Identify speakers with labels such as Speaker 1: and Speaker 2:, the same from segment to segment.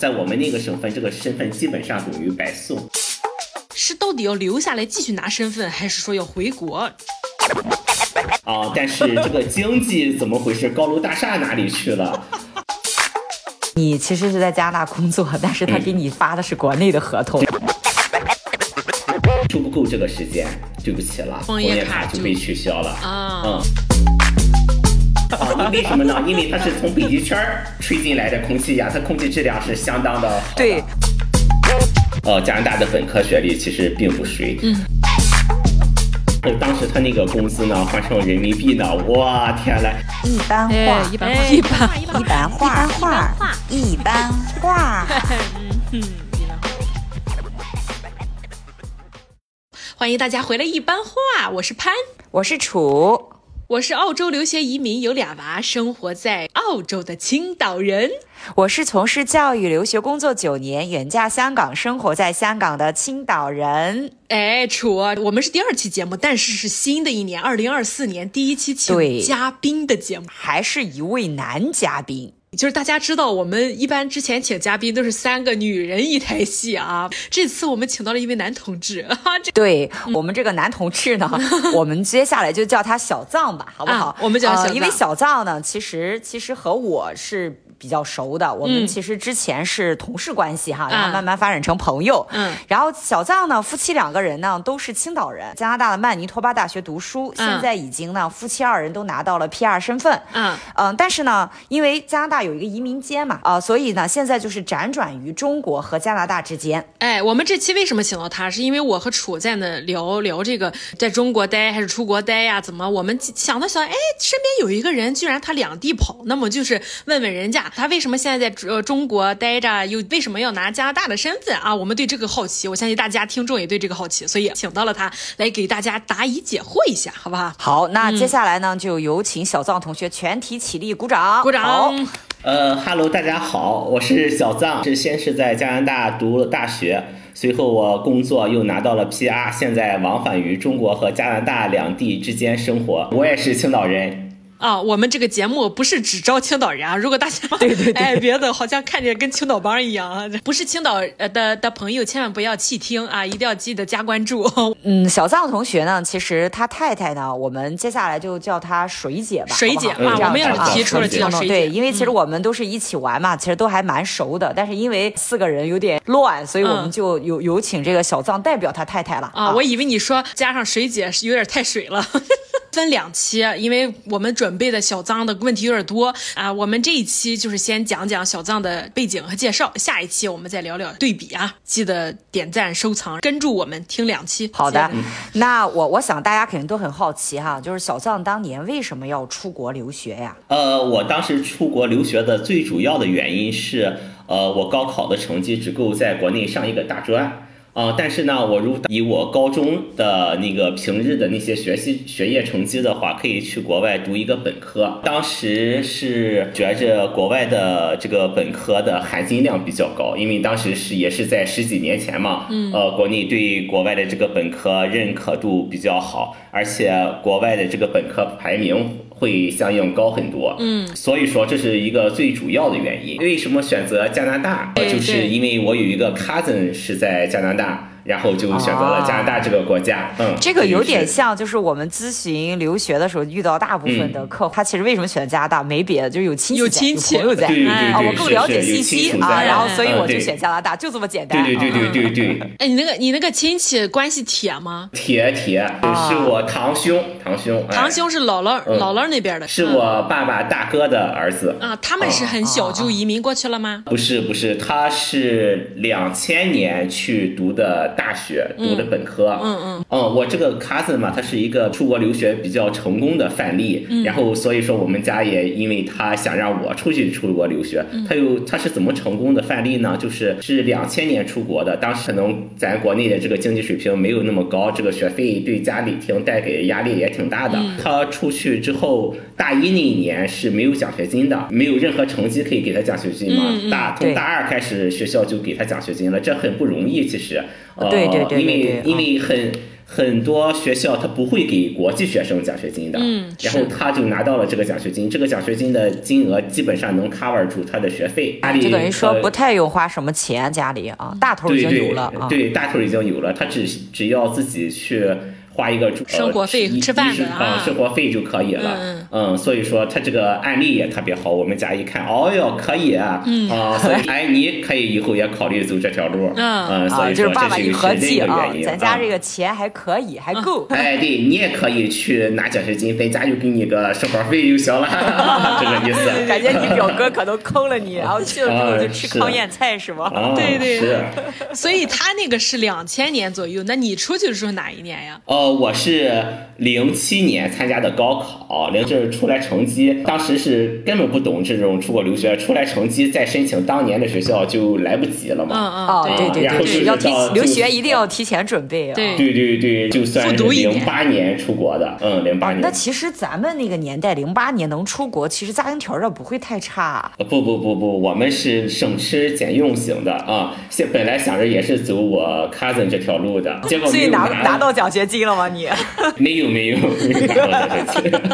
Speaker 1: 在我们那个省份，这个身份基本上等于白送。
Speaker 2: 是到底要留下来继续拿身份，还是说要回国？
Speaker 1: 啊，但是这个经济怎么回事？高楼大厦哪里去了？
Speaker 3: 你其实是在加拿大工作，但是他给你发的是国内的合同。
Speaker 1: 住不够这个时间，对不起了，
Speaker 2: 枫
Speaker 1: 枫
Speaker 2: 叶
Speaker 1: 叶
Speaker 2: 卡
Speaker 1: 卡就
Speaker 2: 就
Speaker 1: 被取消了。
Speaker 2: 啊
Speaker 1: 嗯。啊，因为什么呢？因为它是从北极圈儿吹进来的空气呀，它空气质量是相当的好的。
Speaker 3: 对，
Speaker 1: 呃，加拿大的本科学历其实并不水。嗯。当时他那个工资呢，换成人民币呢，哇天啊嘞！
Speaker 3: 一般
Speaker 4: 哎
Speaker 3: 化，，
Speaker 4: 一般化，
Speaker 2: 一般
Speaker 4: 一
Speaker 3: 一般化，一般化。
Speaker 2: 欢迎大家回来一般话，我是潘，
Speaker 3: 我是楚，
Speaker 2: 我是澳洲留学移民，有俩娃，生活在澳洲的青岛人。
Speaker 3: 我是从事教育留学工作九年，远嫁香港，生活在香港的青岛人。
Speaker 2: 哎，楚，我们是第二期节目，但是是新的一年，二零二四年第一期请
Speaker 3: 对
Speaker 2: 嘉宾的节目。
Speaker 3: 还是一位男嘉宾，
Speaker 2: 就是大家知道，我们一般之前请嘉宾都是三个女人一台戏啊，这次我们请到了一位男同志，哈、这
Speaker 3: 对、
Speaker 2: 嗯
Speaker 3: 我们这个男同 志呢，我们接下来就叫他小藏吧，好不好？
Speaker 2: 啊我们叫他
Speaker 3: 呃
Speaker 2: 小藏
Speaker 3: 因为小藏呢，其实其实和我是比较熟的，我们
Speaker 2: 嗯
Speaker 3: 其实之前是同事关系哈，然
Speaker 2: 啊
Speaker 3: 后慢慢发展成朋友。
Speaker 2: 嗯
Speaker 3: 然后小藏呢，夫妻两个人呢都是青岛人，加拿大的曼尼托巴大学读书，
Speaker 2: 嗯
Speaker 3: 现在已经呢夫妻二人都拿到了 PR 身份。
Speaker 2: 嗯
Speaker 3: 嗯，但是呢，因为加拿大有一个移民监嘛，啊、所以呢，现在就是辗转于中国和加拿大之间。
Speaker 2: 哎，我们这期为什么请到他？是因为我和楚在那聊聊这个在中国待还是出国待呀、怎么？我们想到想，哎，身边有一个人居然他两地跑，那么就是问问人家他为什么现在在呃中国待着，又为什么要拿加拿大的身份啊？我们对这个好奇，我相信大家听众也对这个好奇，所以请到了他来给大家答疑解惑一下，好不好？
Speaker 3: 好，那接下来呢，就有请小藏同学全体起立，鼓掌，
Speaker 2: 鼓掌！
Speaker 3: 好
Speaker 1: 呃哈喽，大家好，我是小藏，是先是在加拿大读了大学，随后我工作又拿到了 PR，现在往返于中国和加拿大两地之间生活。我也是青岛人，
Speaker 2: 啊，我们这个节目不是只招青岛人啊，如 果大家对对对，哎，别的好像看着跟青岛帮一样啊，不是青岛呃的的朋友千万不要弃听啊，一定要记得加关注。 啊
Speaker 3: 嗯，小藏同学呢，其实他太太呢，我们接下来就叫她水姐吧，
Speaker 2: 水姐
Speaker 3: 好不好
Speaker 1: 啊
Speaker 3: 这样
Speaker 1: 我们要是
Speaker 3: 子啊
Speaker 1: 提出了就叫
Speaker 3: 嗯
Speaker 2: 水姐
Speaker 3: 对，因为其实我们都是一起玩嘛，其实都还蛮熟的，但是因为四个人有点乱，所以我
Speaker 2: 嗯
Speaker 3: 们就有有请这个小藏代表他太太了
Speaker 2: 啊，我以为你说加上水姐是有点太水了。 分两期，因为我们准备的小藏的问题有点多啊。我们这一期就是先讲讲小藏的背景和介绍，下一期我们再聊聊对比啊。记得点赞、收藏，跟住我们听两期。
Speaker 3: 啊好
Speaker 2: 谢谢
Speaker 3: 的
Speaker 2: 大家，
Speaker 3: 那我我想大家肯定都很好奇哈，就是小藏当年为什么要出国留学呀？
Speaker 1: 呃，我当时出国留学的最主要的原因是，呃，我高考的成绩只够在国内上一个大专。呃，但是呢，我如果以我高中的那个平日的那些学习学业成绩的话，可以去国外读一个本科。当时是觉着国外的这个本科的含金量比较高，因为当时是也是在十几年前嘛，嗯，呃，国内对国外的这个本科认可度比较好，而且国外的这个本科排名会相应高很多，嗯，所以说这是一个最主要的原因。为什么选择加拿大？
Speaker 2: 对
Speaker 1: 就是
Speaker 2: 对
Speaker 1: 因为我有一个 cousin 是在加拿大，然后就选择了加拿大这个国家。嗯，
Speaker 3: 这个有点
Speaker 1: 所以是
Speaker 3: 像，就是我们咨询留学的时候遇到大部分的
Speaker 1: 嗯
Speaker 3: 客户，他其实为什么选加拿大，没别的，就是有亲戚
Speaker 2: 有
Speaker 3: 在
Speaker 2: 亲戚
Speaker 3: 有朋友在
Speaker 1: 对对对，
Speaker 3: 啊，我
Speaker 1: 是
Speaker 3: 更了解
Speaker 1: 是有
Speaker 3: 信
Speaker 1: 亲
Speaker 3: 息
Speaker 1: 属
Speaker 3: 啊，
Speaker 1: 在
Speaker 3: 然后
Speaker 2: 嗯
Speaker 3: 所以
Speaker 1: 嗯
Speaker 3: 我就
Speaker 1: 对
Speaker 3: 选加拿大，就这么简单。
Speaker 1: 对对
Speaker 3: 啊
Speaker 1: 对对对对，
Speaker 2: 哎，你那个你那个亲戚关系铁吗？
Speaker 1: 铁铁是我堂兄，堂兄，哎
Speaker 2: 堂兄是姥姥、
Speaker 1: 嗯
Speaker 2: 姥姥那边的，
Speaker 1: 是哦
Speaker 2: 嗯
Speaker 1: 我爸爸大哥的儿子。
Speaker 3: 嗯
Speaker 2: 啊。他们是很小就移民过去了吗？
Speaker 1: 不是不是，他是两千年去读的大学，读的本科。嗯嗯。嗯，我这个 cousin 嘛，他是一个出国留学比较成功的范例。然后所以说我们家也因为他想让我出去出国留学，他有他是怎么成功的范例呢？就是是两千年出国的，当时可能咱国内的这个经济水平没有那么高，这个学费对家里庭带给压力也挺大的。
Speaker 3: 嗯
Speaker 1: 他出去之后，大一那一年是没有奖学金的，没有任何成绩可以给他奖学金嘛。大从
Speaker 3: 嗯对
Speaker 1: 大二开始，学校就给他奖学金了，这很不容易，其实。呃，
Speaker 3: 对对对对嗯
Speaker 1: 因为
Speaker 3: 对
Speaker 1: 因为很。很多学校它不会给国际学生奖学金的，
Speaker 2: 嗯
Speaker 1: 然后
Speaker 2: 是
Speaker 1: 他就拿到了这个奖学金，这个奖学金的金额基本上能 cover 住他的学费，家里
Speaker 3: 啊就等于说
Speaker 1: 呃
Speaker 3: 不太用花什么钱，家里啊，大头
Speaker 1: 对
Speaker 3: 已经
Speaker 1: 对
Speaker 3: 有了啊。
Speaker 1: 对，大头已经有了，他只只要自己去花一个住呃
Speaker 2: 生活费
Speaker 1: 衣
Speaker 2: 吃饭的
Speaker 1: 衣食
Speaker 2: 啊
Speaker 1: 呃生活费就可以了。
Speaker 2: 嗯
Speaker 1: 嗯，所以说他这个案例也特别好，我们家一看，哦哟，可以啊，
Speaker 3: 嗯
Speaker 1: 啊，所以哎，你可以以后也考虑走这条路。
Speaker 2: 嗯
Speaker 1: 所以
Speaker 3: 啊，就是
Speaker 1: 说
Speaker 3: 爸爸
Speaker 1: 这
Speaker 3: 一
Speaker 1: 是
Speaker 3: 合
Speaker 1: 是
Speaker 3: 计
Speaker 1: 这个
Speaker 3: 啊
Speaker 1: 原，因。
Speaker 3: 咱家
Speaker 1: 啊
Speaker 3: 这个钱还可以，还 够。
Speaker 1: 哎，对你也可以去拿奖学金，咱家就给你个生活费就行了， 这个意思。
Speaker 3: 感觉你表哥可能坑了你，然后去了之后就吃
Speaker 1: 啊是
Speaker 3: 糠咽菜是吗？
Speaker 1: 啊，
Speaker 2: 对对
Speaker 1: 是。
Speaker 2: 所以他那个是两千年左右，那你出去的时候哪一年呀？
Speaker 1: 呃，我是零七年参加的高考，零就是出来成绩，当时是根本不懂这种出国留学，出来成绩再申请当年的学校就来不及了
Speaker 2: 嗯
Speaker 1: 嘛。
Speaker 2: 嗯，
Speaker 3: 哦，对
Speaker 1: 啊对
Speaker 3: 对
Speaker 1: 然后
Speaker 3: 对，
Speaker 1: 就是
Speaker 3: 要提
Speaker 1: 到
Speaker 3: 留
Speaker 1: 就是
Speaker 3: 学一定要提前准备啊。
Speaker 2: 对
Speaker 1: 对对对，就算是
Speaker 2: 复读一
Speaker 1: 零
Speaker 2: 年
Speaker 1: 八年出国的，嗯，零八年
Speaker 3: 那。其实咱们那个年代，零八年能出国，其实家庭条件不会太差。
Speaker 1: 呃不不不不，我们是省吃俭用型的啊！现本来想着也是走我 cousin 这条路的，结果嗯
Speaker 3: 所
Speaker 1: 没
Speaker 3: 以
Speaker 1: 有
Speaker 3: 拿拿
Speaker 1: 拿
Speaker 3: 到奖学金了吗？你
Speaker 1: 没有没有没有拿到这个钱。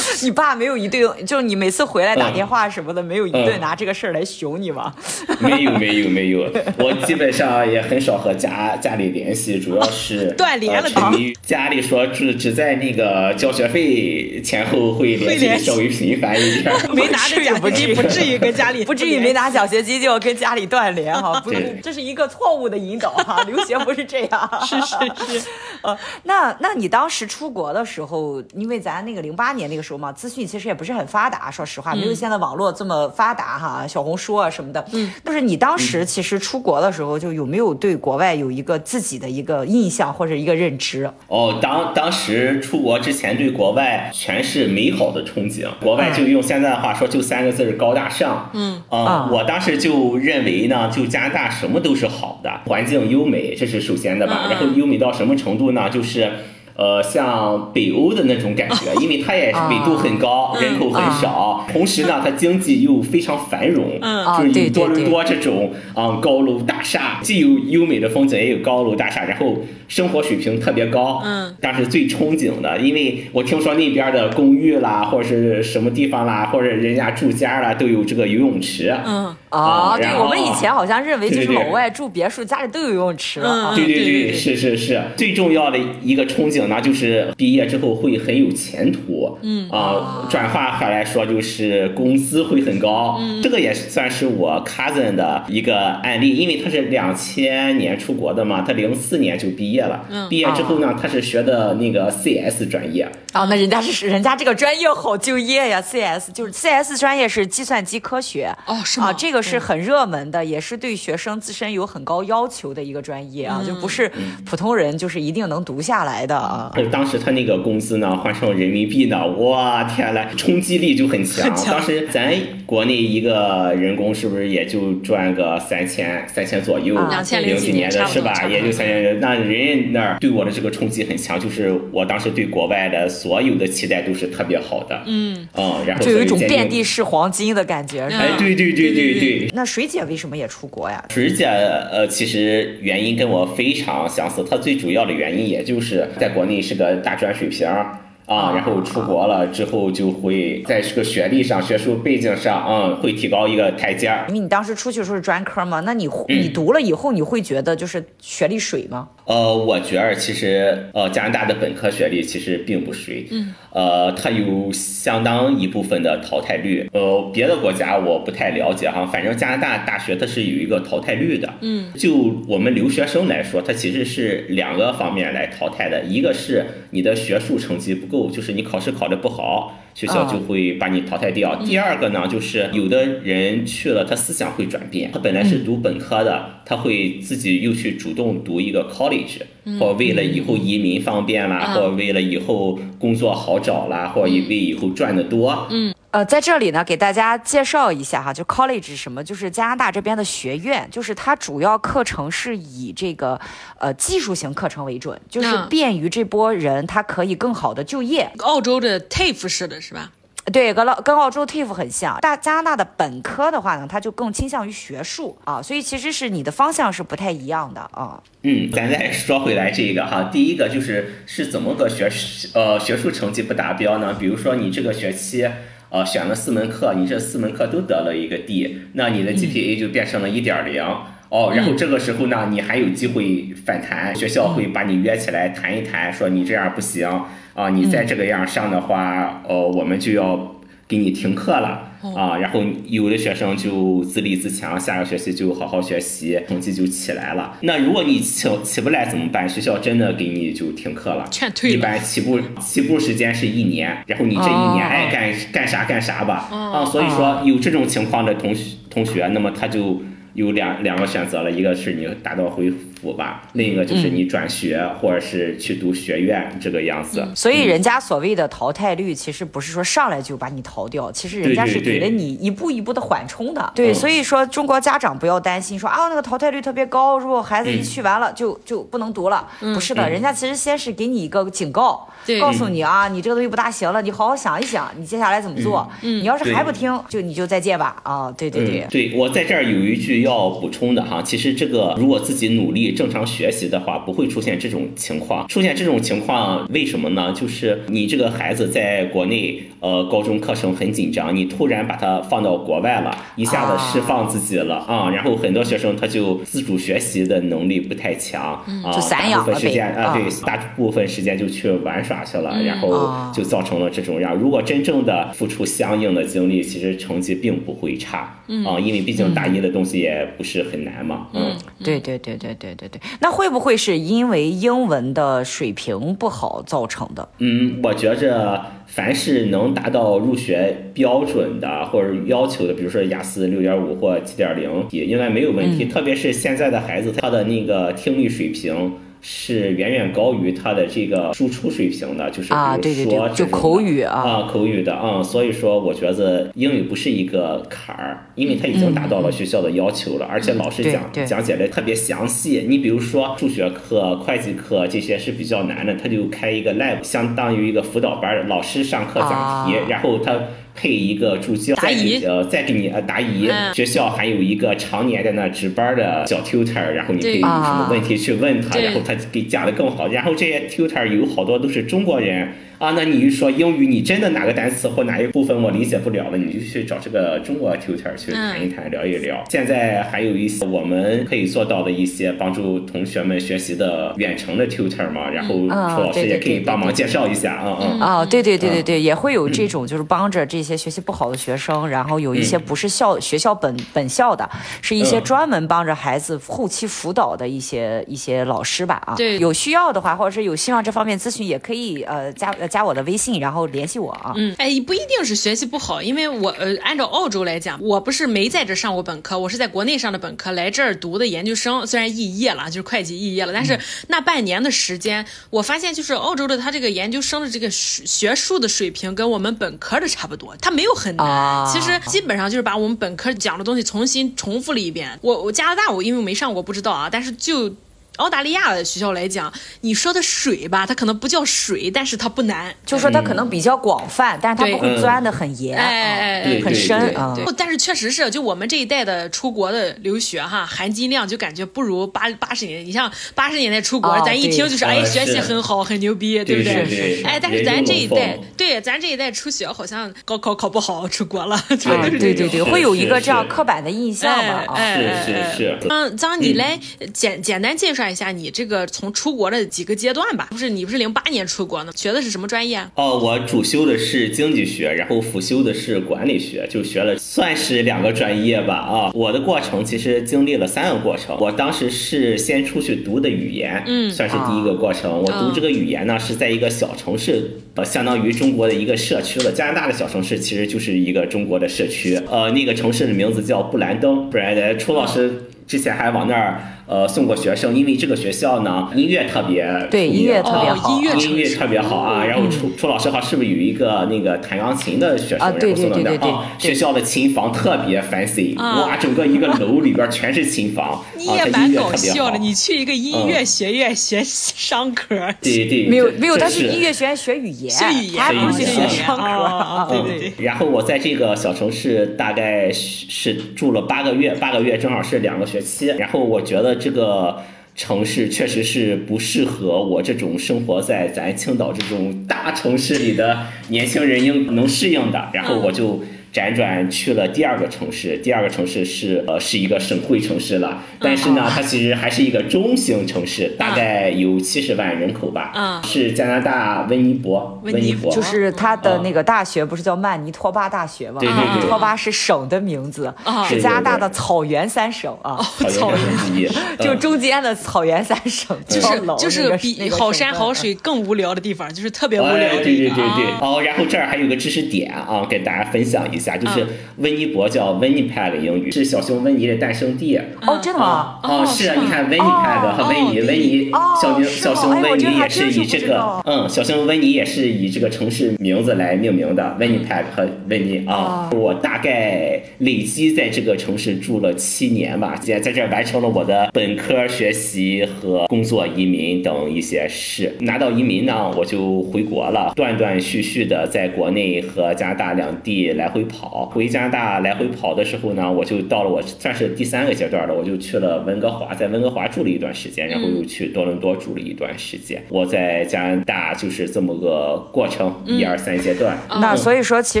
Speaker 3: 你爸没有一顿，就是你每次回来打
Speaker 1: 嗯
Speaker 3: 电话什么的，没有一顿
Speaker 1: 嗯
Speaker 3: 拿这个事儿来熊你吗？
Speaker 1: 没有没有没有，我基本上也很少和家家里联系，主要是
Speaker 2: 断联
Speaker 1: 呃
Speaker 2: 了都
Speaker 1: 沉迷于家里说只只在那个交学费前后会联
Speaker 2: 会联
Speaker 1: 系
Speaker 2: 系
Speaker 1: 稍微频繁一点。
Speaker 2: 没拿着奖学金，不至于跟 家里
Speaker 3: 不至于没拿奖学金就要跟家里断联哈，不是
Speaker 1: 对，
Speaker 3: 这是一个错误的引导 哈，留学不是这样。
Speaker 2: 是是是，
Speaker 3: 呃，那那你当时出国的时候，因为咱那个零八年那个时候嘛，资讯其实也不是很发达，说实话，
Speaker 2: 嗯
Speaker 3: 没有现在网络这么发达哈，小红书啊什么的。嗯，就是你当时其实出国的时候，就有没有对国外有一个自己的一个印象或者一个认知？
Speaker 1: 哦，当当时出国之前对国外全是美好的憧憬，国外就用现在的话说就三个字儿高大上。嗯
Speaker 3: 啊
Speaker 1: 啊，我当时就认为呢，就加拿大什么都是好的，环境优美，这是首先的吧
Speaker 2: 嗯。嗯
Speaker 1: 然后优美到什么程度呢？就是。呃，像北欧的那种感 觉，因为它也是纬度很高，
Speaker 2: 嗯
Speaker 1: 人口很少，同时呢，它经济又非常繁荣，
Speaker 2: 嗯
Speaker 3: 啊
Speaker 1: 就是
Speaker 3: 对
Speaker 1: 以多
Speaker 3: 对
Speaker 1: 伦
Speaker 3: 对
Speaker 1: 多这种啊、高楼大厦，既有优美的风景，也有高楼大厦，然后生活水平特别高。
Speaker 2: 嗯，
Speaker 1: 当时最憧憬的，因为我听说那边的公寓啦，或者是什么地方啦，或者人家住家啦，都有这个游泳池。
Speaker 2: 嗯，
Speaker 3: 啊，对
Speaker 1: 然
Speaker 3: 我们以
Speaker 1: 后
Speaker 3: 前好像认为就
Speaker 1: 对
Speaker 3: 是
Speaker 1: 对
Speaker 3: 老外住别墅，家里都有游泳池
Speaker 2: 嗯
Speaker 3: 啊。
Speaker 1: 对
Speaker 2: 对对对
Speaker 1: 对，是是是，最重要的一个憧憬呢，就是毕业之后会很有前途。嗯啊，转化回来说就是工资会很高。嗯，这个也算是我 cousin 的一个案例，因为他是两千年出国的嘛，他零四年就毕业了。嗯，毕业之后
Speaker 2: 哦
Speaker 1: 呢，他是学的那个 CS 专业。
Speaker 3: 啊，那人家是人家这个专业好就业呀，CS 就是 CS 专业是计算机科学
Speaker 2: 哦是吗
Speaker 3: 啊，这个是很热门的，也是对学生自身有很高要求的一个专业啊，就不是
Speaker 2: 嗯
Speaker 3: 普通人就是一定能读下来的啊。
Speaker 1: 而当时他那个工资呢，换成人民币呢，哇天呐，冲击力就很强。
Speaker 2: 很强
Speaker 1: 当时咱国内一个人工是不是也就赚个三千三千左右？
Speaker 3: 啊
Speaker 2: 2000
Speaker 1: 零
Speaker 2: 几
Speaker 1: 几
Speaker 2: 年
Speaker 1: 年
Speaker 2: 差
Speaker 1: 的
Speaker 2: 不
Speaker 1: 是
Speaker 2: 多
Speaker 1: 吧
Speaker 2: 差？不多
Speaker 1: 也就三千。那人家那儿对我的这个冲击很强，就是我当时对国外的所有的期待都是特别好的。嗯然后
Speaker 3: 就有一种
Speaker 1: 所以渐渐
Speaker 3: 遍地是黄金的感
Speaker 2: 嗯
Speaker 3: 觉。是吧
Speaker 1: 哎，对对对
Speaker 2: 对对
Speaker 1: 对对，
Speaker 3: 那水姐为什么也出国呀？
Speaker 1: 水姐，呃，其实原因跟我非常相似，她最主要的原因也就是在国内是个大专水平儿啊，然后出国了之后就会在这个学历上、学术背景上，嗯，会提高一个台阶儿。
Speaker 3: 因为你当时出去的时候是专科嘛，那你
Speaker 1: 嗯
Speaker 3: 你读了以后，你会觉得就是学历水吗？
Speaker 1: 呃，我觉得其实呃，加拿大的本科学历其实并不水，嗯，呃，它有相当一部分的淘汰率。呃，别的国家我不太了解哈，反正加拿大大学它是有一个淘汰率的，嗯，就我们留学生来说，它其实是两个方面来淘汰的，一个是你的学术成绩不够，就是你考试考得不好，学校就
Speaker 3: 啊
Speaker 1: 会把你淘汰掉。第二个呢，就是有的人去了，他思想会转变，他本来是读本科的，他会自己又去主动读一个 college，或为了以后移民方便啦，或为了以后工作好找啦，或以为以后赚得多。嗯，
Speaker 3: 呃，在这里呢，给大家介绍一下哈，就 college 是什么，就是加拿大这边的学院，就是它主要课程是以这个呃技术型课程为准，就是
Speaker 2: 嗯
Speaker 3: 便于这波人他可以更好的就业。
Speaker 2: 澳洲的 TAFE 式的是吧？
Speaker 3: 对，跟澳跟澳洲 TIFF 很像。大加拿大的本科的话呢，它就更倾向于学术啊，所以其实是你的方向是不太一样的啊。
Speaker 1: 嗯，咱再说回来这个哈，第一个就是是怎么个学呃学术成绩不达标呢？比如说你这个学期呃选了四门课，你这四门课都得了一个 D，那你的 GPA 就变成了一点零。哦，然后这个时候呢，你还有机会反弹，学校会把你约起来谈一谈，说你这样不行啊，你再这个样上的话，呃，我们就要给你停课了
Speaker 2: 哦
Speaker 1: 啊。然后有的学生就自立自强，下个学期就好好学习，成绩就起来了。那如果你起起不来怎么办？学校真的给你就停课了，
Speaker 2: 劝退了
Speaker 1: 一般起步起步时间是一年，然后你这一年
Speaker 3: 哦
Speaker 1: 爱干干啥干啥吧
Speaker 2: 哦
Speaker 1: 啊。所以说有这种情况的同学同学，那么他就。有两两个选择了，一个是你打道回府吧，另一个就是你转学、或者是去读学院这个样子。
Speaker 3: 所以人家所谓的淘汰率，其实不是说上来就把你淘掉，其实人家是
Speaker 1: 对对
Speaker 3: 给了
Speaker 1: 对
Speaker 3: 你一步一步的缓冲的。对，
Speaker 1: 嗯
Speaker 3: 所以说中国家长不要担心说啊那个淘汰率特别高，如果孩子一去
Speaker 1: 嗯
Speaker 3: 完了就就不能读了。不是的，人家其实先是给你一个警告
Speaker 2: 对，
Speaker 3: 告诉你啊，你这个东西不大行了，你好好想一想，你接下来怎么做。你要是还不听，就你就再见吧。啊，对对对
Speaker 1: 嗯，对我在这儿有一句要补充的哈，其实这个如果自己努力正常学习的话，不会出现这种情况。出现这种情况为什么呢？就是你这个孩子在国内呃高中课程很紧张，你突然把他放到国外了，一下子释放自己了啊、然后很多学生他就自主学习的能力不太强、啊，
Speaker 3: 嗯就散养
Speaker 1: 大部分
Speaker 3: 了
Speaker 1: 时
Speaker 3: 呗
Speaker 1: 间啊
Speaker 3: 啊
Speaker 1: 对大部分时间就去玩耍去了，然后
Speaker 3: 啊
Speaker 1: 就造成了这种样。如果真正的付出相应的精力，其实成绩并不会差，嗯啊，因为毕竟大一的东西也不是很难嘛，嗯，
Speaker 3: 对对对对对对对。那会不会是因为英文的水平不好造成的？
Speaker 1: 嗯，我觉着凡是能达到入学标准的或者要求的，比如说雅思六点五或七点零，也应该没有问题。
Speaker 3: 嗯
Speaker 1: 特别是现在的孩子，他的那个听力水平。是远远高于他的这个输出水平的，就是
Speaker 3: 啊
Speaker 1: 比如
Speaker 3: 对对对
Speaker 1: 说这
Speaker 3: 就
Speaker 1: 种的
Speaker 3: 口语啊
Speaker 1: 啊，口语的啊、所以说我觉得英语不是一个坎儿，因为它已经达到了学校的要求了，而且老师
Speaker 3: 对
Speaker 1: 讲
Speaker 3: 对
Speaker 1: 讲解的特别详细。你比如说数学课、会计课这些是比较难的，他就开一个 lab，相当于一个辅导班儿，老师上课讲题，
Speaker 3: 啊
Speaker 1: 然后他。配一个助教，
Speaker 2: 答
Speaker 1: 再
Speaker 2: 疑
Speaker 1: 给呃，再给你呃答疑。
Speaker 2: 嗯
Speaker 1: 学校还有一个常年在那值班的小 tutor，然后你可
Speaker 2: 对
Speaker 1: 以有什么问题去问他，
Speaker 2: 对
Speaker 1: 然后他给讲的更好。然后这些 tutor 有好多都是中国人啊，那你一说英语，你真的哪个单词或哪一部分我理解不了了，你就去找这个中国 tutor 去
Speaker 2: 嗯
Speaker 1: 谈一谈、聊一聊。现在还有一些我们可以做到的一些帮助同学们学习的远程的 tutor 嘛，然后
Speaker 2: 嗯
Speaker 1: 楚
Speaker 2: 哦
Speaker 3: 啊
Speaker 1: 老师
Speaker 3: 对
Speaker 1: 也
Speaker 3: 对
Speaker 1: 可以
Speaker 3: 对
Speaker 1: 帮忙
Speaker 3: 对
Speaker 1: 介绍一下啊啊。嗯
Speaker 3: 啊，对对对对对，也会有这种，就是帮着这些学习不好的学生，然后有一些不是校学校本本校的，是一些
Speaker 1: 嗯
Speaker 3: 专门帮着孩子后期辅导的一些一些老师吧啊。
Speaker 2: 对
Speaker 3: 有需要的话，或者是有希望这方面咨询，也可以呃加呃加我的微信，然后联系我啊。
Speaker 2: 嗯，哎，不一定是学习不好，因为我呃，按照澳洲来讲，我不是没在这上过本科，我是在国内上的本科，来这儿读的研究生，虽然肄业了，就是会计肄业了，但是那半年的时间，我发现就是澳洲的他这个研究生的这个学学术的水平跟我们本科的差不多，他没有很难，
Speaker 3: 啊
Speaker 2: 其实基本上就是把我们本科讲的东西重新重复了一遍。我我加拿大我因为没上过不知道啊，但是就。澳大利亚的学校来讲，你说的水吧，它可能不叫水，但是它不难，
Speaker 3: 就说
Speaker 1: 嗯
Speaker 3: 他可能比较广泛，但是他
Speaker 2: 对
Speaker 3: 不会钻的很严，
Speaker 2: 哎哎哎
Speaker 3: 啊很深
Speaker 1: 对对
Speaker 3: 啊。
Speaker 2: 不，但是确实是，就我们这一代的出国的留学哈，含金量就感觉不如八八十年代。你像八十年代出国，
Speaker 3: 哦
Speaker 2: 咱一
Speaker 3: 对
Speaker 2: 听就是
Speaker 1: 啊
Speaker 2: 哎，
Speaker 1: 是
Speaker 2: 学习很好，很牛逼，不
Speaker 1: 对
Speaker 2: 对？
Speaker 3: 是
Speaker 1: 对
Speaker 3: 是，
Speaker 2: 哎，但是
Speaker 1: 人中
Speaker 2: 咱这
Speaker 1: 龙
Speaker 2: 一代
Speaker 1: 凤，
Speaker 2: 对，咱这一代出学好像高考考不好，出国了， 就
Speaker 3: 啊，
Speaker 2: 都是
Speaker 3: 对
Speaker 2: 这
Speaker 3: 对
Speaker 2: 种。
Speaker 3: 对，
Speaker 1: 是
Speaker 3: 会有一个
Speaker 1: 是
Speaker 3: 这样
Speaker 1: 是
Speaker 3: 刻板的印象吧
Speaker 2: 哎
Speaker 3: 啊。
Speaker 2: 哎
Speaker 1: 是是是
Speaker 2: 嗯，张，你来简简单介绍一下你这个从出国的几个阶段吧？不是，你不是零八年出国呢？学的是什么专业啊？
Speaker 1: 哦，我主修的是经济学，然后辅修的是管理学，就学了算是两个专业吧啊。我的过程其实经历了三个过程，我当时是先出去读的语言，嗯，算是第一个过程。我
Speaker 3: 哦
Speaker 1: 读这个语言呢是在一个小城市，呃，相当于中国的一个社区了。加拿大的小城市其实就是一个中国的社区，呃，那个城市的名字叫布兰登，不然呃，楚老师。之前还往那儿呃送过学生，因为这个学校呢音乐特别
Speaker 3: 对
Speaker 1: 出
Speaker 3: 音乐
Speaker 1: 名
Speaker 3: 特别
Speaker 2: 哦
Speaker 3: 好
Speaker 2: 音乐
Speaker 3: 啊
Speaker 1: 音乐特别好
Speaker 2: 嗯
Speaker 1: 啊。然后楚楚老师好像是不是有一个那个弹钢琴的学生，
Speaker 3: 啊
Speaker 1: 然
Speaker 3: 对
Speaker 1: 后送到那
Speaker 3: 对对
Speaker 1: 儿
Speaker 3: 对
Speaker 1: 啊？
Speaker 3: 对
Speaker 1: 学校的琴房特别 fancy，
Speaker 2: 啊
Speaker 1: 哇，整个一个楼里边全是琴房，啊，
Speaker 2: 你
Speaker 1: 它
Speaker 2: 也
Speaker 1: 音
Speaker 2: 蛮
Speaker 1: 乐
Speaker 2: 搞
Speaker 1: 特别
Speaker 2: 笑
Speaker 1: 好嗯
Speaker 2: 的，。你去一个音乐学院学商科，
Speaker 1: 对对，
Speaker 3: 没有
Speaker 1: 这
Speaker 3: 没有，
Speaker 1: 这
Speaker 3: 他
Speaker 1: 是
Speaker 3: 去音乐学院学语言，
Speaker 2: 学语言
Speaker 3: 他还不
Speaker 1: 啊
Speaker 3: 是
Speaker 1: 学
Speaker 3: 学
Speaker 1: 语
Speaker 3: 商科
Speaker 2: 言啊啊
Speaker 3: 啊
Speaker 2: 对
Speaker 1: 嗯
Speaker 2: 对对
Speaker 1: 然后我在这个小城市大概是是住了八个月，八个月正好是两个学期。然后我觉得这个城市确实是不适合我这种生活在咱青岛这种大城市里的年轻人应能适应的。然后
Speaker 2: 嗯
Speaker 1: 我就。辗转去了第二个城市，第二个城市是呃是一个省会城市了，
Speaker 2: 嗯
Speaker 1: 但是呢，它其实还是一个中型城市，大概有七十万人口吧，
Speaker 2: 嗯
Speaker 1: 是加拿大温尼伯，
Speaker 2: 温
Speaker 1: 温
Speaker 2: 尼哎
Speaker 1: 尼伯，
Speaker 2: 哦
Speaker 3: 就是他的那个大学不是叫曼尼托巴大学吗？
Speaker 1: 哦对
Speaker 2: 对对
Speaker 3: 托巴是省的名字，
Speaker 2: 哦
Speaker 3: 是加拿大的草原三省啊，
Speaker 1: 草原之一，嗯
Speaker 3: 就中间的草原三省，
Speaker 2: 就
Speaker 3: 叫
Speaker 2: 是
Speaker 3: 楼
Speaker 2: 就
Speaker 3: 那
Speaker 2: 是
Speaker 3: 个
Speaker 2: 比
Speaker 3: 那个
Speaker 2: 好
Speaker 3: 省
Speaker 2: 山
Speaker 3: 份
Speaker 2: 好
Speaker 3: 啊
Speaker 2: 水更无聊的地方，就是特别无
Speaker 1: 哎，
Speaker 2: 聊的
Speaker 1: 对
Speaker 2: 一
Speaker 1: 对
Speaker 2: 个
Speaker 1: 对对
Speaker 2: 啊。，
Speaker 1: 哦，然后这儿还有个知识点啊，给大家分享一下，就是温尼伯叫温尼派的英语，是小熊温尼的诞生地。
Speaker 3: 哦，真的吗？
Speaker 2: 哦
Speaker 1: 哦，是啊，
Speaker 2: 是吗
Speaker 1: 你看温尼派的和温尼，
Speaker 2: 哦
Speaker 1: 温尼
Speaker 3: 哦
Speaker 1: 小牛
Speaker 3: 是
Speaker 1: 小
Speaker 3: 吗
Speaker 1: 熊
Speaker 3: 哎我
Speaker 1: 温
Speaker 3: 这
Speaker 1: 尼
Speaker 3: 还
Speaker 1: 也
Speaker 3: 真
Speaker 1: 是
Speaker 3: 是
Speaker 1: 以
Speaker 3: 不
Speaker 1: 这
Speaker 3: 知
Speaker 1: 个
Speaker 3: 道，
Speaker 1: 嗯，小熊温尼也是以这个城市名字来命名的，
Speaker 3: 嗯
Speaker 1: 温尼派和温尼
Speaker 3: 哦
Speaker 1: 啊。我大概累积在这个城市住了七年吧，在在这儿完成了我的本科学习和工作、移民等一些事。拿到移民呢，我就回国了，断断续续的在国内和加拿大两地来回跑。回加拿大来回跑的时候呢，我就到了我算是第三个阶段了，我就去了温哥华，在温哥华住了一段时间，然后又去多伦多住了一段时间。我在加拿大就是这么个过程，一二三阶段。
Speaker 3: 那所以说，其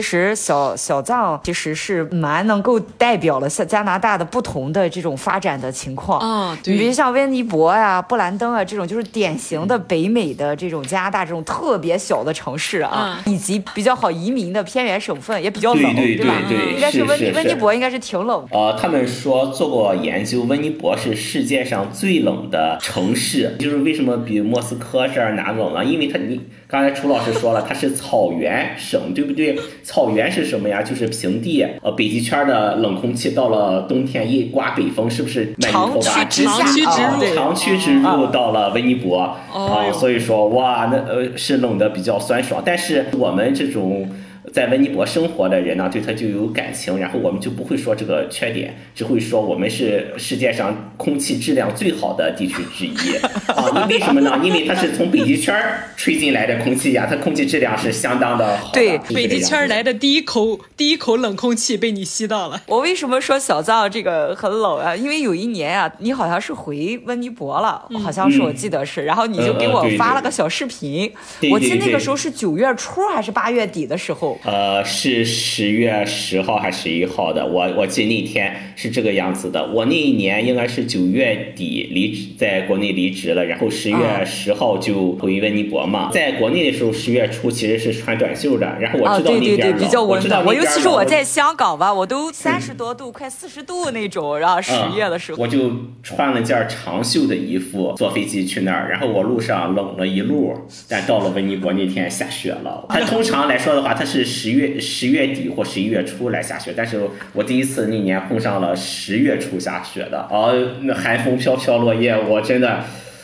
Speaker 3: 实小小藏其实是蛮能够代表了像加拿大的不同的这种发展的情况
Speaker 2: 啊对
Speaker 3: 你比如像温尼伯呀、布兰登啊这种，就是典型的北美的这种加拿大这种特别小的城市啊，以及比较好移民的偏远省份，也比较冷，
Speaker 1: 对对
Speaker 3: 吧？
Speaker 1: 对对
Speaker 3: 应该
Speaker 1: 是
Speaker 3: 温
Speaker 1: 是
Speaker 3: 尼
Speaker 1: 是
Speaker 3: 温尼伯应该是挺冷的。
Speaker 1: 呃，他们说做过研究，温尼伯是世界上最冷的城市，就是为什么比莫斯科这儿哪冷啊？因为它你刚才楚老师说了，它是草原省，对不对？草原是什么呀？就是平地。呃，北极圈的冷空气到了冬天一刮北风，是不是曼尼托巴
Speaker 2: 长
Speaker 1: 直
Speaker 2: 驱
Speaker 1: 下
Speaker 2: 长驱直
Speaker 1: 啊
Speaker 2: 入
Speaker 1: 长驱直入到了温尼伯啊、
Speaker 2: 哦哟
Speaker 1: 所以说哇，那呃是冷的比较酸爽，但是我们这种。在温尼伯生活的人呢，对它就有感情，然后我们就不会说这个缺点，只会说我们是世界上空气质量最好的地区之 一啊。为什么呢？因为它是从北极圈儿吹进来的空气呀、它空气质量是相当的好的。是
Speaker 3: 对
Speaker 1: 这个
Speaker 2: 北极
Speaker 1: 样
Speaker 2: 圈儿
Speaker 1: 子
Speaker 2: 来的第一口第一口冷空气被你吸到了。
Speaker 3: 我为什么说小藏这个很冷啊？因为有一年啊，你好像是回温尼伯了，好像是我记得是，然后你就给我
Speaker 1: 嗯嗯对
Speaker 3: 发了个小视频，
Speaker 1: 对
Speaker 3: 我记得
Speaker 1: 对
Speaker 3: 那个
Speaker 1: 对
Speaker 3: 时候是九月初还是八月底的时候，
Speaker 1: 呃，是十月十号还是十一号的？我我记得那天是这个样子的。我那一年应该是九月底离职，在国内离职了，然后十
Speaker 3: 啊
Speaker 1: 月十号就回温尼伯嘛。在国内的时候，十月初其实是穿短袖的，然后我
Speaker 3: 啊，
Speaker 1: 知道
Speaker 3: 对
Speaker 1: 那
Speaker 3: 对
Speaker 1: 边
Speaker 3: 对，
Speaker 1: 冷，
Speaker 3: 比较
Speaker 1: 我
Speaker 3: 温
Speaker 1: 知道
Speaker 3: 暖。
Speaker 1: 那
Speaker 3: 我
Speaker 1: 边
Speaker 3: 尤
Speaker 1: 冷。嗯
Speaker 3: 其是我在香港吧，我都三十多度，快四十度那种，然后十
Speaker 1: 嗯
Speaker 3: 月的时候。
Speaker 1: 我就穿了件长袖的衣服，坐飞机去那儿。然后我路上冷了一路，但到了温尼伯那天下雪了。
Speaker 3: 哎
Speaker 1: 它通常来说的话，它是十月十月底或十一月初来下雪，但是我第一次那年碰上了十月初下雪的，哦，那寒风飘飘落叶，我真的。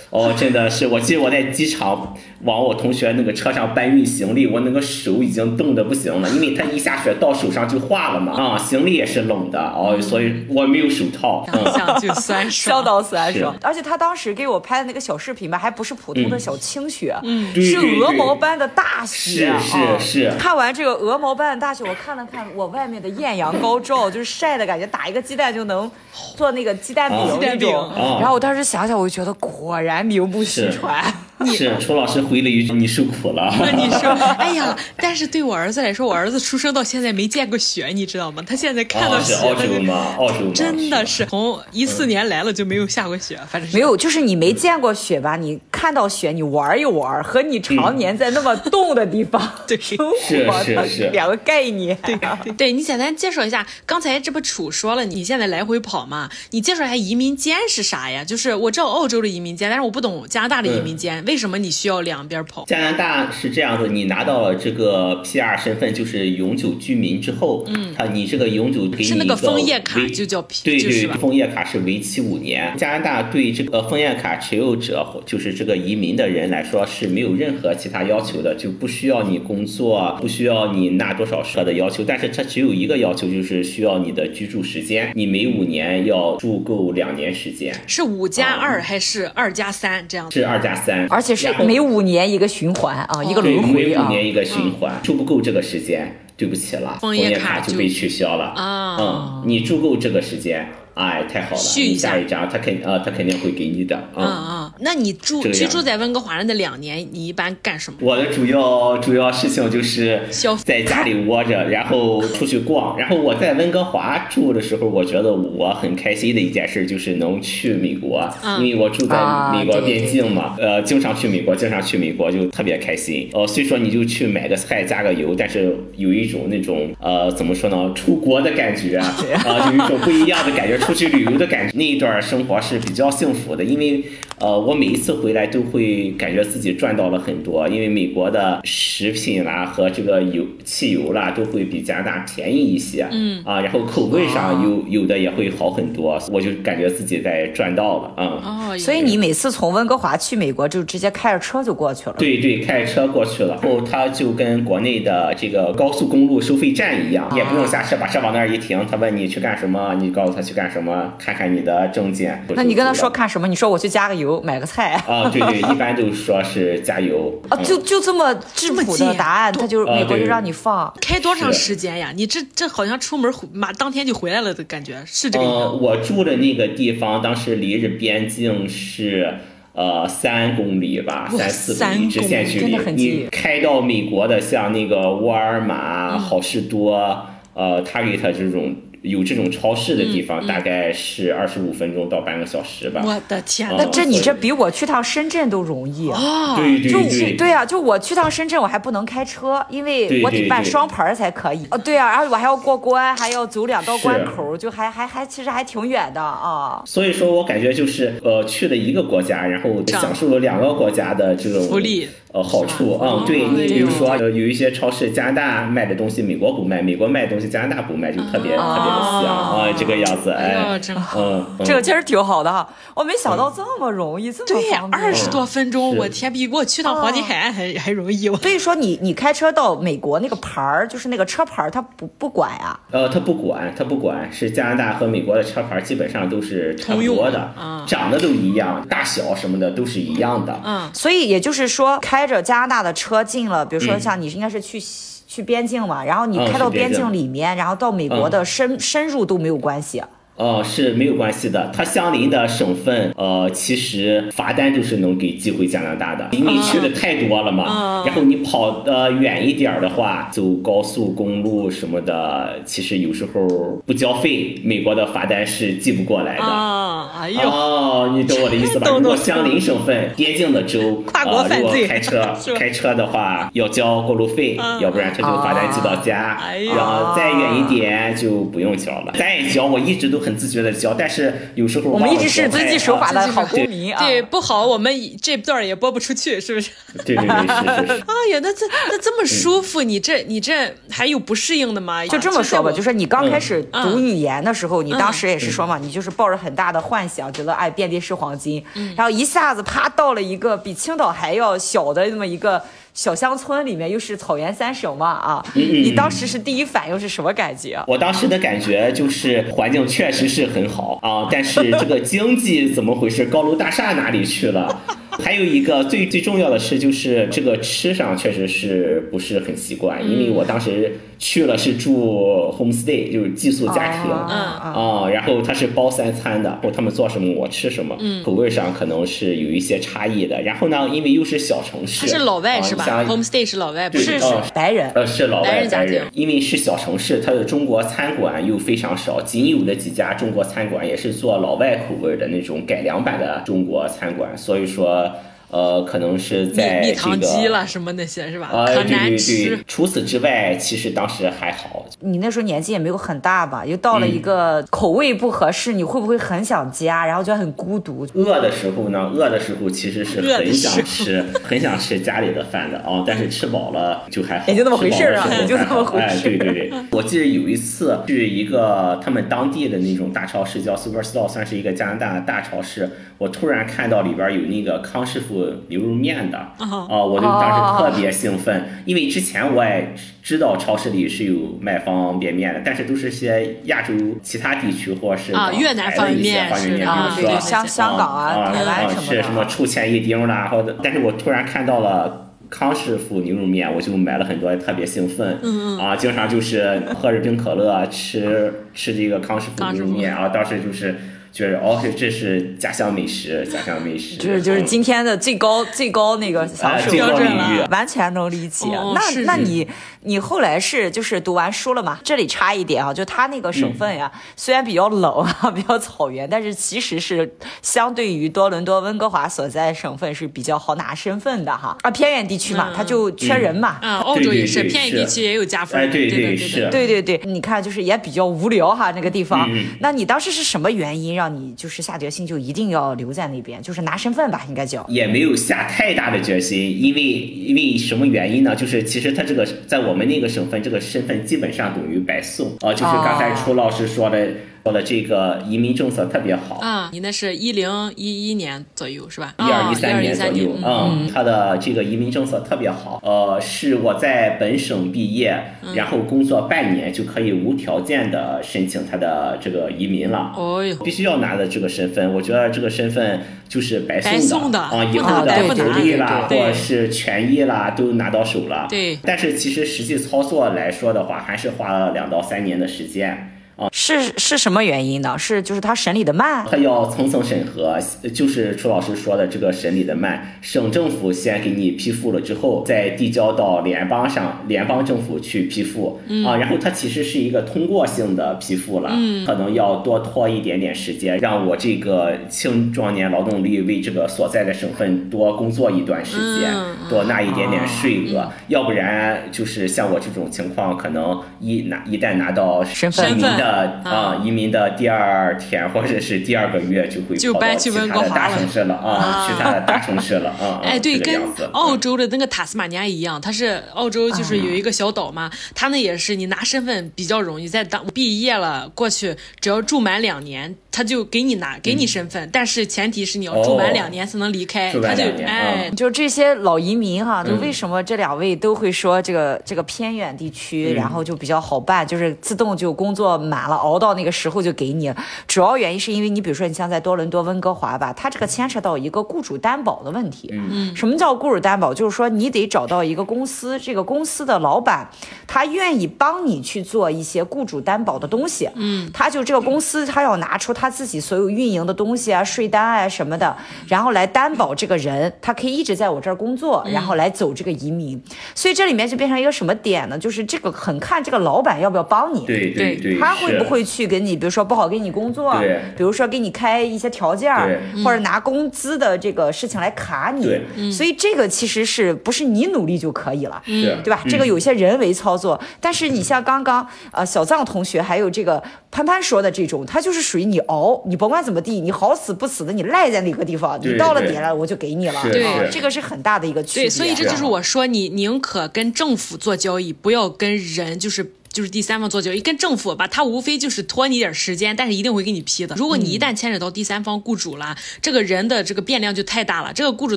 Speaker 1: 哦，真的是，我记得我在机场往我同学那个车上搬运行李，我那个手已经冻得不行了，因为它一下雪到手上就化了嘛，啊、行李也是冷的，哦，所以我没有手套， 嗯，
Speaker 2: 想想就酸
Speaker 3: 烧
Speaker 2: 爽。
Speaker 3: 到死还
Speaker 1: 是
Speaker 3: 爽，而且他当时给我拍的那个小视频吧，还不是普通的小清雪，嗯，
Speaker 1: 对
Speaker 3: 是
Speaker 1: 对对
Speaker 3: 鹅毛般的大雪，
Speaker 1: 是
Speaker 3: 啊
Speaker 1: 是是
Speaker 3: 看完这个鹅毛般的大雪，我看了看我外面的艳阳高照，就是晒的感觉，打一个鸡蛋就能做那个鸡蛋饼
Speaker 1: 啊
Speaker 3: 那种。
Speaker 2: 鸡蛋饼
Speaker 1: 啊
Speaker 3: 然后我当时想想，我就觉得果然名不虚
Speaker 1: 是
Speaker 3: 传。
Speaker 1: 是楚老师回了一句：“你受苦了。
Speaker 2: 那 你说，哎呀，但是对我儿子来说，我儿子出生到现在没见过雪，你知道吗？他现在”看到
Speaker 1: 啊，
Speaker 2: 雪，
Speaker 1: 是澳
Speaker 2: 他
Speaker 1: 洲
Speaker 2: 就
Speaker 1: 吗？澳洲吗？
Speaker 2: 真的
Speaker 1: 是
Speaker 2: 是从一四年来了就没有下过雪，反正是
Speaker 3: 没有，就是你没见过雪吧？你看到雪你玩一玩，和你常年在那么冻的 地方
Speaker 2: 对
Speaker 3: 生活，
Speaker 1: 是
Speaker 3: 它
Speaker 1: 是是
Speaker 3: 两个概念。对
Speaker 2: 对你简单介绍一下，刚才这不楚说了，你现在来回跑嘛？你介绍一下移民监是啥呀？就是我知道澳洲的移民监，但是我不懂加拿大的移民监，为什么你需要两边跑？
Speaker 1: 加拿大是这样的，你拿到了这个 PR 身份，就是永久居民之后，嗯，他你这个永久给你
Speaker 2: 是那
Speaker 1: 一
Speaker 2: 个
Speaker 1: 个
Speaker 2: 枫叶卡
Speaker 1: 为
Speaker 2: 就叫
Speaker 1: 对
Speaker 2: 就是
Speaker 1: 对
Speaker 2: 吧，
Speaker 1: 枫叶卡是为期五年。加拿大对这个枫叶卡持有者，或就是这个移民的人来说是没有任何其他要求的，就不需要你工作，不需要你纳多少税的要求。但是它只有一个要求，就是需要你的居住时间，你每五年要住够两年时间，
Speaker 2: 是五加二还是二加三这样
Speaker 1: 啊
Speaker 2: 子？
Speaker 1: 是二加三，
Speaker 3: 而且是
Speaker 1: 然后
Speaker 3: 每五年一个循环啊，一个
Speaker 1: 对，
Speaker 3: 轮回
Speaker 1: 每五
Speaker 3: 啊。
Speaker 1: 年一个循环，住不够这个时间，对不起了，
Speaker 2: 嗯枫
Speaker 1: 枫
Speaker 2: 叶
Speaker 1: 叶
Speaker 2: 卡
Speaker 1: 就
Speaker 2: 就
Speaker 1: 被取消了。
Speaker 2: 啊
Speaker 1: 嗯，你住够这个时间，哎，太好了，
Speaker 2: 续一
Speaker 1: 你
Speaker 2: 下
Speaker 1: 下一张他肯呃他肯定会给你的。
Speaker 2: 嗯嗯，那你住
Speaker 1: 这个样
Speaker 2: 居
Speaker 1: 子
Speaker 2: 住在温哥华那两年，你一般干什么？
Speaker 1: 我的主要主要事情就是
Speaker 2: 消费
Speaker 1: 在家里窝着，然后出去逛。 然后我在温哥华住的时候，我觉得我很开心的一件事就是能去美国，
Speaker 2: 嗯
Speaker 1: 因为我住在
Speaker 3: 啊
Speaker 1: 美国
Speaker 3: 对
Speaker 1: 边境嘛，呃，经常去美国，经常去美国就特别开心。呃，虽说你就去买个菜加个油，但是有一种那种呃怎么说呢，出国的感觉啊、 有一种不一样的感觉，出去旅游的感觉。那一段生活是比较幸福的，因为呃，我每一次回来都会感觉自己赚到了很多，因为美国的食品啦和这个油、汽油啦都会比加拿大便宜一些，嗯啊，然后口味上有、有的也会好很多，我就感觉自己在赚到了，嗯。
Speaker 2: 哦，
Speaker 3: 所以你每次从温哥华去美国，就直接开着车就过去了。
Speaker 1: 对对，开着车过去了，
Speaker 3: 嗯
Speaker 1: 然后它就跟国内的这个高速公路收费站一样，
Speaker 3: 啊
Speaker 1: 也不用下车，把车往那儿一停，他问你去干什么，你告诉他去干什么，看看你的证件。
Speaker 3: 那你跟他
Speaker 1: 就
Speaker 3: 说
Speaker 1: 走了
Speaker 3: 看什么？你说我去加个油，买个菜。
Speaker 1: 啊，对对，一般都说是加油
Speaker 3: 啊，就就这么质朴的答案，
Speaker 2: 这么贱
Speaker 3: 他就是
Speaker 1: 啊
Speaker 3: 美国就
Speaker 1: 对
Speaker 3: 让你放。
Speaker 2: 开多长时间呀？你这这好像出门回马当天就回来了的感觉，是这个意思吗？
Speaker 1: 呃，
Speaker 3: 哦
Speaker 1: 我住的那个地方，当时离着边境是呃三公里吧，
Speaker 2: 哇
Speaker 1: 三四公
Speaker 2: 三
Speaker 1: 里直线距
Speaker 3: 公
Speaker 1: 离
Speaker 3: 里真的很。近嗯
Speaker 1: 你开到美国的，像那个沃尔玛、好事多、呃 Target 这种有这种超市的地方，
Speaker 3: 嗯
Speaker 1: 大概是二十五分钟到半个小时吧。
Speaker 2: 我的天
Speaker 1: 啊
Speaker 2: 呐
Speaker 3: 那！这你这比我去趟深圳都容易啊！
Speaker 1: 对哦对
Speaker 3: 就
Speaker 1: 对，
Speaker 3: 对啊，就我去趟深圳，我还不能开车，因为
Speaker 1: 对
Speaker 3: 我得
Speaker 1: 对
Speaker 3: 办
Speaker 1: 对
Speaker 3: 双牌儿才可以。哦，对啊，然后我还要过关，还要走两道关
Speaker 1: 是啊嗯
Speaker 3: 口儿，就还还还其实还挺远的啊。
Speaker 1: 所以说我感觉就是呃去了一个国家，然后
Speaker 2: 长
Speaker 1: 享受了两个国家的这种
Speaker 2: 福利哦
Speaker 1: 呃好处。嗯，对
Speaker 2: 对
Speaker 1: 你比如
Speaker 2: 对
Speaker 1: 说呃有一些超市加拿大卖的东西美国不卖，美国卖的东西加拿大不卖，就特别、特别的香啊、这个样子
Speaker 2: 哦哎呦
Speaker 1: 哎，
Speaker 2: 真好
Speaker 1: 嗯，嗯
Speaker 3: 这个其实挺好的哈，我没想到这么容易，这么
Speaker 2: 对呀
Speaker 3: 方，便。
Speaker 2: 二十多分钟，
Speaker 1: 是
Speaker 2: 我天，比我去趟黄金海岸还还容易。我
Speaker 3: 所以说你你开车到美国那个牌儿，就是那个车牌儿，它不不管啊。
Speaker 1: 呃，他不管，他不管，是加拿大和美国的车牌基本上都是差不
Speaker 2: 通用
Speaker 1: 多
Speaker 2: 的
Speaker 1: 的，
Speaker 2: 啊
Speaker 1: 长得都一样，大小什么的都是一样的。
Speaker 2: 嗯，
Speaker 3: 所以也就是说，开着加拿大的车进了，比如说像你应该是去西。去边境嘛，然后你
Speaker 1: 嗯
Speaker 3: 开到
Speaker 1: 去边
Speaker 3: 边
Speaker 1: 境
Speaker 3: 境里面，然后到美国
Speaker 1: 嗯
Speaker 3: 的深、深入都没有关系。啊
Speaker 1: 哦，是没有关系的。它相邻的省份，呃，其实罚单都是能给寄回加拿大的，因为你去的太多了嘛。然后你跑的远一点儿的话，走高速公路什么的，其实有时候不交费，美国的罚单是寄不过来的。
Speaker 2: 啊，哎呦，
Speaker 1: 哦，你懂我的意 思吧？
Speaker 2: 懂懂
Speaker 1: 如果相邻省份、边境的州，
Speaker 2: 跨国
Speaker 1: 呃
Speaker 2: 犯
Speaker 1: 如果
Speaker 2: 罪
Speaker 1: 开车
Speaker 2: 是吧嗯
Speaker 1: 开车的话，要交过路费，要不然他就罚单寄到家。
Speaker 2: 哎呀
Speaker 1: 然后再远一点就不用交了。咱也交，我一直都很自觉的交，但是有时候
Speaker 3: 我
Speaker 1: 忘
Speaker 3: 们
Speaker 1: 了
Speaker 3: 一直是
Speaker 1: 交
Speaker 3: 遵纪
Speaker 1: 哎
Speaker 3: 守法
Speaker 1: 啊
Speaker 3: 的好公民啊。
Speaker 2: 对，不好，我们以这段儿也播不出去，是不是？
Speaker 1: 对对对， 是是是。
Speaker 2: 哎呀，那这那这么舒服，你这你这还有不适应的吗？
Speaker 3: 就这么说吧，就是是你刚开始
Speaker 2: 嗯
Speaker 3: 读语言的时候，你当
Speaker 2: 嗯
Speaker 3: 时也是说嘛，你就是抱着很大的幻想，觉得哎遍地是黄金，
Speaker 2: 嗯
Speaker 3: 然后一下子啪到了一个比青岛还要小的那么一个小乡村里面，又是草原三省嘛啊，你当时是第一反应是什么感觉啊？
Speaker 1: 我当时的感觉就是环境确实是很好啊，但是这个经济怎么回事？高楼大厦哪里去了？还有一个最最重要的是，就是这个吃上确实是不是很习惯，因
Speaker 2: 嗯
Speaker 1: 为我当时去了是住 homestay，就是寄宿家庭。
Speaker 2: 哦嗯
Speaker 3: 啊
Speaker 1: 啊、然后它是包三餐的，然后他们做什么我吃什么，
Speaker 2: 嗯
Speaker 1: 口味上可能是有一些差异的。然后呢，因为又是小城市，
Speaker 2: 它是老外
Speaker 1: 啊
Speaker 2: 是吧
Speaker 1: 像
Speaker 2: ？Homestay 是老外，不
Speaker 1: 对
Speaker 2: 是
Speaker 1: 哦
Speaker 3: 白人，
Speaker 1: 呃，是老
Speaker 2: 白
Speaker 1: 外
Speaker 2: 哎人家
Speaker 1: 白
Speaker 2: 庭
Speaker 1: 人，因为是小城市，它的中国餐馆又非常少，仅有的几家中国餐馆也是做老外口味的那种改良版的中国餐馆，所以说。呃，可能是在
Speaker 2: 蜜
Speaker 1: 这
Speaker 2: 蜜
Speaker 1: 个
Speaker 2: 糖鸡了什么那些是吧？
Speaker 1: 啊，
Speaker 2: 可
Speaker 1: 对
Speaker 2: 难
Speaker 1: 对
Speaker 2: 吃
Speaker 1: 对。，除此之外，其实当时还好，
Speaker 3: 你那时候年纪也没有很大吧，又到了一个口味不合适，你会不会很想家，然后觉得很孤独？
Speaker 1: 饿的时候呢，饿的时候其实是
Speaker 2: 饿的
Speaker 1: 很
Speaker 2: 时候
Speaker 1: 想吃， 很想吃家里的饭的啊、但是吃饱了就还好，
Speaker 3: 也就那么回事儿啊
Speaker 1: 吃饱了
Speaker 3: 也就那么回
Speaker 1: 还好
Speaker 3: 事儿
Speaker 1: 哎，对对对，我记得有一次去一个他们当地的那种大超市，叫 Superstore，算是一个加拿大的大超市，我突然看到里边有那个康师傅牛肉面的，
Speaker 2: 哦
Speaker 1: 啊、我就当时特别兴奋，因为之前我也知道超市里是有卖方便面的，但是都是些亚洲其他地区或是
Speaker 2: 啊
Speaker 1: 港
Speaker 2: 越
Speaker 1: 台
Speaker 2: 南
Speaker 1: 的
Speaker 2: 方便
Speaker 1: 一些
Speaker 2: 面
Speaker 1: 方便
Speaker 2: 是
Speaker 1: 面，
Speaker 2: 的啊
Speaker 1: 比
Speaker 3: 对
Speaker 1: 如说
Speaker 2: 对
Speaker 3: 对，
Speaker 2: 对
Speaker 3: 香香港啊、
Speaker 1: 啊
Speaker 3: 台湾
Speaker 1: 啊
Speaker 3: 什么
Speaker 1: 是什么
Speaker 3: 的。
Speaker 1: 出钱一丁啦，或者，但是我突然看到了。康师傅牛肉面，我就买了很多，特别兴奋。嗯啊，经常就是喝着冰可乐，啊吃吃这个康师傅
Speaker 2: 康师
Speaker 1: 牛
Speaker 2: 傅
Speaker 1: 肉面啊，当时就是觉得哦，这是家乡美食，家乡美食。
Speaker 3: 就是就是
Speaker 1: 嗯
Speaker 3: 今天的最高最高那个享受
Speaker 1: 最
Speaker 2: 哎高领
Speaker 1: 域
Speaker 3: 完全能理解。
Speaker 2: 哦
Speaker 3: 那
Speaker 2: 是
Speaker 3: 那
Speaker 2: 是
Speaker 3: 你你后来是就是读完书了嘛？这里插一点啊，就他那个省份
Speaker 2: 嗯
Speaker 3: 呀，虽然比较冷啊， 比较草原，但是其实是相对于多伦多、温哥华所在省份是比较好拿身份的哈。啊，偏远地区
Speaker 2: 嗯
Speaker 3: 嘛，他就缺人嘛，
Speaker 2: 啊，澳洲也是
Speaker 1: 对对对
Speaker 2: 偏远地
Speaker 1: 是
Speaker 2: 区也有加分
Speaker 1: 哎，
Speaker 2: 的，对
Speaker 1: 对
Speaker 2: 的对
Speaker 1: 是
Speaker 2: 的。。
Speaker 3: 对对对，你看就是也比较无聊哈，那个地方。
Speaker 1: 嗯
Speaker 3: 那你当时是什么原因让你就是下决心就一定要留在那边，就是拿身份吧，应该叫。
Speaker 1: 也没有下太大的决心，因为因为什么原因呢？就是其实他这个在我们那个省份，这个身份基本上等于白送啊、呃就是刚才
Speaker 3: 哦
Speaker 1: 楚老师说的说的这个移民政策特别好，
Speaker 2: 啊，你那是一零一一年左右是吧？
Speaker 1: 一二
Speaker 2: 啊
Speaker 1: 一三年左
Speaker 2: 1213
Speaker 1: 右
Speaker 2: 嗯，
Speaker 1: 嗯，他的这个移民政策特别好，呃，是我在本省毕业，
Speaker 2: 嗯
Speaker 1: 然后工作半年就可以无条件的申请他的这个移民了。
Speaker 2: 哦哟，
Speaker 1: 必须要拿的这个身份，我觉得这个身份就是白送
Speaker 2: 白
Speaker 1: 的
Speaker 2: 送的
Speaker 1: 啊，以
Speaker 2: 不
Speaker 1: 后
Speaker 3: 拿白
Speaker 1: 的
Speaker 3: 不拿
Speaker 1: 福利啦，
Speaker 2: 对对对
Speaker 1: 或者是权益啦，都拿到手了。
Speaker 2: 对
Speaker 1: 但是其实实际操作来说的话，还是花了两到三年的时间。
Speaker 3: 是是什么原因呢？是就是他审理的慢，
Speaker 2: 嗯
Speaker 1: 它要层层审核，就是楚老师说的这个审理的慢，省政府先给你批复了之后，再递交到联邦上，联邦政府去批复、
Speaker 2: 嗯
Speaker 1: 啊，然后它其实是一个通过性的批复了，
Speaker 2: 嗯
Speaker 1: 可能要多拖一点点时间，让我这个青壮年劳动力为这个所在的省份多工作一段时间，
Speaker 2: 嗯
Speaker 1: 多纳一点点税额，要不然就是像我这种情况，可能一拿一旦拿到
Speaker 3: 身份
Speaker 1: 移民
Speaker 2: 身份
Speaker 1: 的
Speaker 2: 啊
Speaker 1: 啊移民的第二天或者是第二个月就会
Speaker 2: 就
Speaker 1: 跑
Speaker 2: 搬
Speaker 1: 到
Speaker 2: 去
Speaker 1: 其
Speaker 2: 温
Speaker 1: 他
Speaker 2: 哥
Speaker 1: 的
Speaker 2: 华
Speaker 1: 大
Speaker 2: 了
Speaker 1: 城市了啊，其他的大城市了啊，
Speaker 2: 哎，
Speaker 1: 啊
Speaker 2: 对，
Speaker 1: 这个
Speaker 2: 跟
Speaker 1: 样子啊
Speaker 2: 澳洲的那个塔斯马尼亚一样，它是澳洲就是有一个小岛嘛，它那也是你拿身份比较容易，在当毕业了过去，只要住满两年，他就给你拿给你身份，但是前提是你要住满
Speaker 1: 嗯哦
Speaker 2: 两年才能离开，
Speaker 1: 住
Speaker 2: 他
Speaker 1: 满
Speaker 2: 就
Speaker 1: 两年嗯
Speaker 2: 哎。
Speaker 3: 就这些老移民哈，就为什么这两位都会说这个这个偏远地区，然后就比较好办，就是自动就工作满了，熬到那个时候就给你。主要原因是因为你比如说你像在多伦多、温哥华吧，它这个牵扯到一个雇主担保的问题。嗯，什么叫雇主担保？就是说你得找到一个公司，这个公司的老板他愿意帮你去做一些雇主担保的东西。嗯，他就这个公司他要拿出他自己所有运营的东西啊、税单啊什么的，然后来担保这个人，他可以一直在我这儿工作，然后来走这个移民。所以这里面就变成一个什么点呢？就是这个很看这个老板要不要帮你。
Speaker 1: 对对
Speaker 2: 对
Speaker 1: 对，
Speaker 3: 他会
Speaker 1: 是
Speaker 3: 不会去给你，比如说不好给你工作
Speaker 1: 对，
Speaker 3: 比如说给你开一些条件儿
Speaker 1: 对，
Speaker 3: 或者拿工资的这个事情来卡你
Speaker 1: 对？
Speaker 3: 所以这个其实是不是你努力就可以了？
Speaker 1: 是
Speaker 3: 对吧？这个有些人为操作，但是
Speaker 1: 嗯
Speaker 3: 你像刚刚呃小藏同学还有这个潘潘说的这种，他就是属于你熬，你甭管怎么地，你好死不死的你赖在哪个地方，你
Speaker 1: 对
Speaker 3: 到了
Speaker 1: 对
Speaker 3: 点了我就给你了，
Speaker 1: 是
Speaker 2: 对
Speaker 3: 啊
Speaker 1: 是
Speaker 3: 这个是很大的一个区别。啊
Speaker 2: 对，所以这就是我说，你宁可跟政府做交易，不要跟人，就是就是第三方做交易。跟政府吧，他无非就是拖你点时间，但是一定会给你批的。
Speaker 1: 嗯
Speaker 2: 如果你一旦牵扯到第三方雇主了，这个人的这个变量就太大了。这个雇主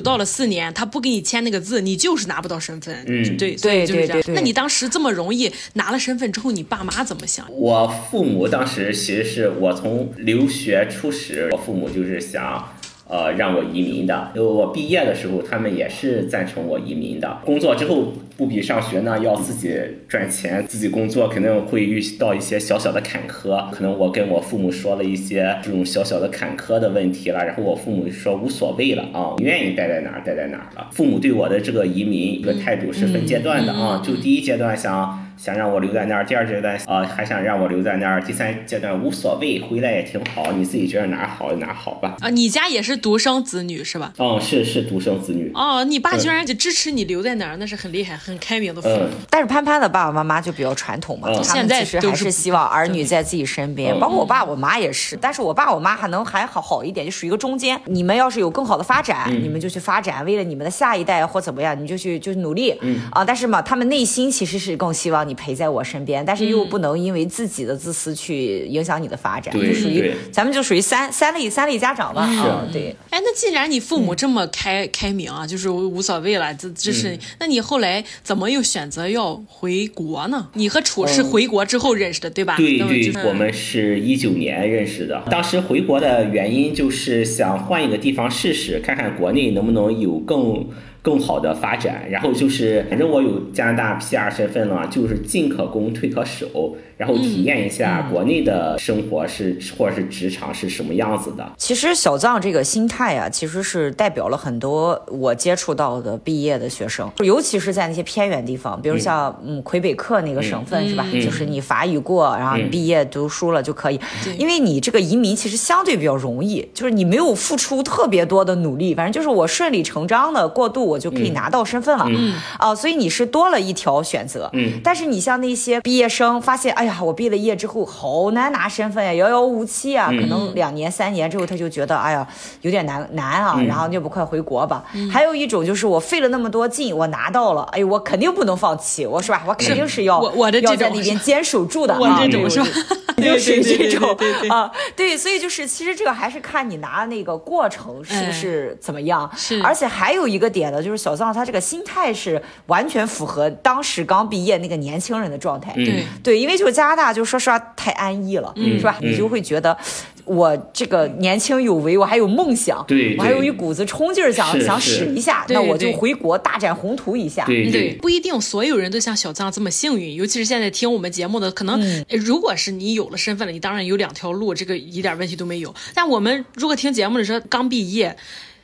Speaker 2: 到了四年，他不给你签那个字，你就是拿不到身份。
Speaker 1: 嗯
Speaker 2: 对，所以就是这样
Speaker 3: 对对。对
Speaker 2: 那你当时这么容易拿了身份之后，你爸妈怎么想？
Speaker 1: 我父母当时其实是我从留学初始，我父母就是想。呃，让我移民的。因为我毕业的时候，他们也是赞成我移民的。工作之后不比上学呢，要自己赚钱，自己工作肯定会遇到一些小小的坎坷。可能我跟我父母说了一些这种小小的坎坷的问题了，然后我父母就说无所谓了啊，你愿意待在哪儿待在哪儿了。父母对我的这个移民一个态度是分阶段的啊，就第一阶段想想让我留在那儿，第二阶段啊、呃、还想让我留在那儿，第三阶段无所谓，回来也挺好，你自己觉得哪好就哪好吧。
Speaker 2: 啊，你家也是独生子女是吧？
Speaker 1: 哦，是是独生子女。
Speaker 2: 哦，你爸居然就支持你留在哪儿，那是很厉害、很开明的父母。
Speaker 1: 嗯
Speaker 3: 但是潘潘的爸爸妈妈就比较传统嘛，
Speaker 1: 嗯
Speaker 3: 他们其实还是希望儿女在自己身边，
Speaker 1: 嗯
Speaker 3: 包括我爸我妈也是。但是我爸我妈还能还好好一点，就属于一个中间。你们要是有更好的发展，
Speaker 1: 嗯
Speaker 3: 你们就去发展，为了你们的下一代或怎么样，你就去就努力。
Speaker 1: 嗯
Speaker 3: 啊，但是嘛，他们内心其实是更希望你陪在我身边，但是又不能因为自己的自私去影响你的发展，
Speaker 1: 对
Speaker 3: 就属于
Speaker 1: 对
Speaker 3: 咱们就属于三三类三类家长吧。啊，对。
Speaker 2: 哎，那既然你父母这么开、开明啊，就是无所谓了，这这是、那你后来怎么又选择要回国呢？你和楚是回国之后认识的，嗯对吧？
Speaker 1: 对
Speaker 2: 那么
Speaker 1: 对
Speaker 2: 就是，
Speaker 1: 我们是一九年认识的。当时回国的原因就是想换一个地方试试，看看国内能不能有更更好的发展。然后就是，反正我有加拿大 PR 身份了，就是进可攻，退可守，然后体验一下
Speaker 2: 嗯
Speaker 1: 国内的生活是、或者是职场是什么样子的。
Speaker 3: 其实小藏这个心态啊，其实是代表了很多我接触到的毕业的学生，尤其是在那些偏远地方，比如像嗯嗯魁北克那个省份、是吧？就是你法语过，然后你毕业读书了就可以，
Speaker 2: 对
Speaker 3: 因为你这个移民其实相对比较容易，就是你没有付出特别多的努力，反正就是我顺理成章的过渡，我就可以拿到身份了。嗯啊，所以你是多了一条选择。
Speaker 1: 嗯，
Speaker 3: 但是你像那些毕业生，发现哎呀，我毕了业之后好难拿身份呀，遥遥无期啊，可能两年三年之后他就觉得哎呀有点难难啊，然后要不快回国吧。
Speaker 2: 嗯
Speaker 3: 还有一种就是我费了那么多劲，我拿到了，哎，我肯定不能放弃，我是吧？我肯定是要
Speaker 2: 我我的这
Speaker 3: 要在
Speaker 2: 种
Speaker 3: 那边坚守住的啊，
Speaker 2: 我这种
Speaker 3: 对
Speaker 2: 是吧？
Speaker 3: 就
Speaker 2: 对
Speaker 3: 是这种
Speaker 2: 对对对对对
Speaker 3: 啊，对，所以就是其实这个还是看你拿那个过程是不是怎么样，
Speaker 2: 哎是
Speaker 3: 而且还有一个点呢，就是小藏他这个心态是完全符合当时刚毕业那个年轻人的状
Speaker 1: 嗯
Speaker 3: 态，
Speaker 2: 对
Speaker 3: 对，因为就是加拿大，就说实话太安逸了，
Speaker 2: 嗯
Speaker 3: 是吧？你就
Speaker 1: 嗯
Speaker 3: 会觉得我这个年轻有为，我还有梦想，
Speaker 1: 对
Speaker 3: 我还有
Speaker 1: 对
Speaker 3: 一股子冲劲儿想
Speaker 1: 是
Speaker 3: 想
Speaker 1: 是
Speaker 3: 使一下，
Speaker 2: 对
Speaker 3: 那我就
Speaker 2: 对
Speaker 3: 回国大展宏图一下，
Speaker 1: 对
Speaker 2: 嗯对，不一定所有人都像小藏这么幸运，尤其是现在听我们节目的，可能、呃如果是你有了身份了，你当然有两条路，这个一点问题都没有。但我们如果听节目的时候刚毕业。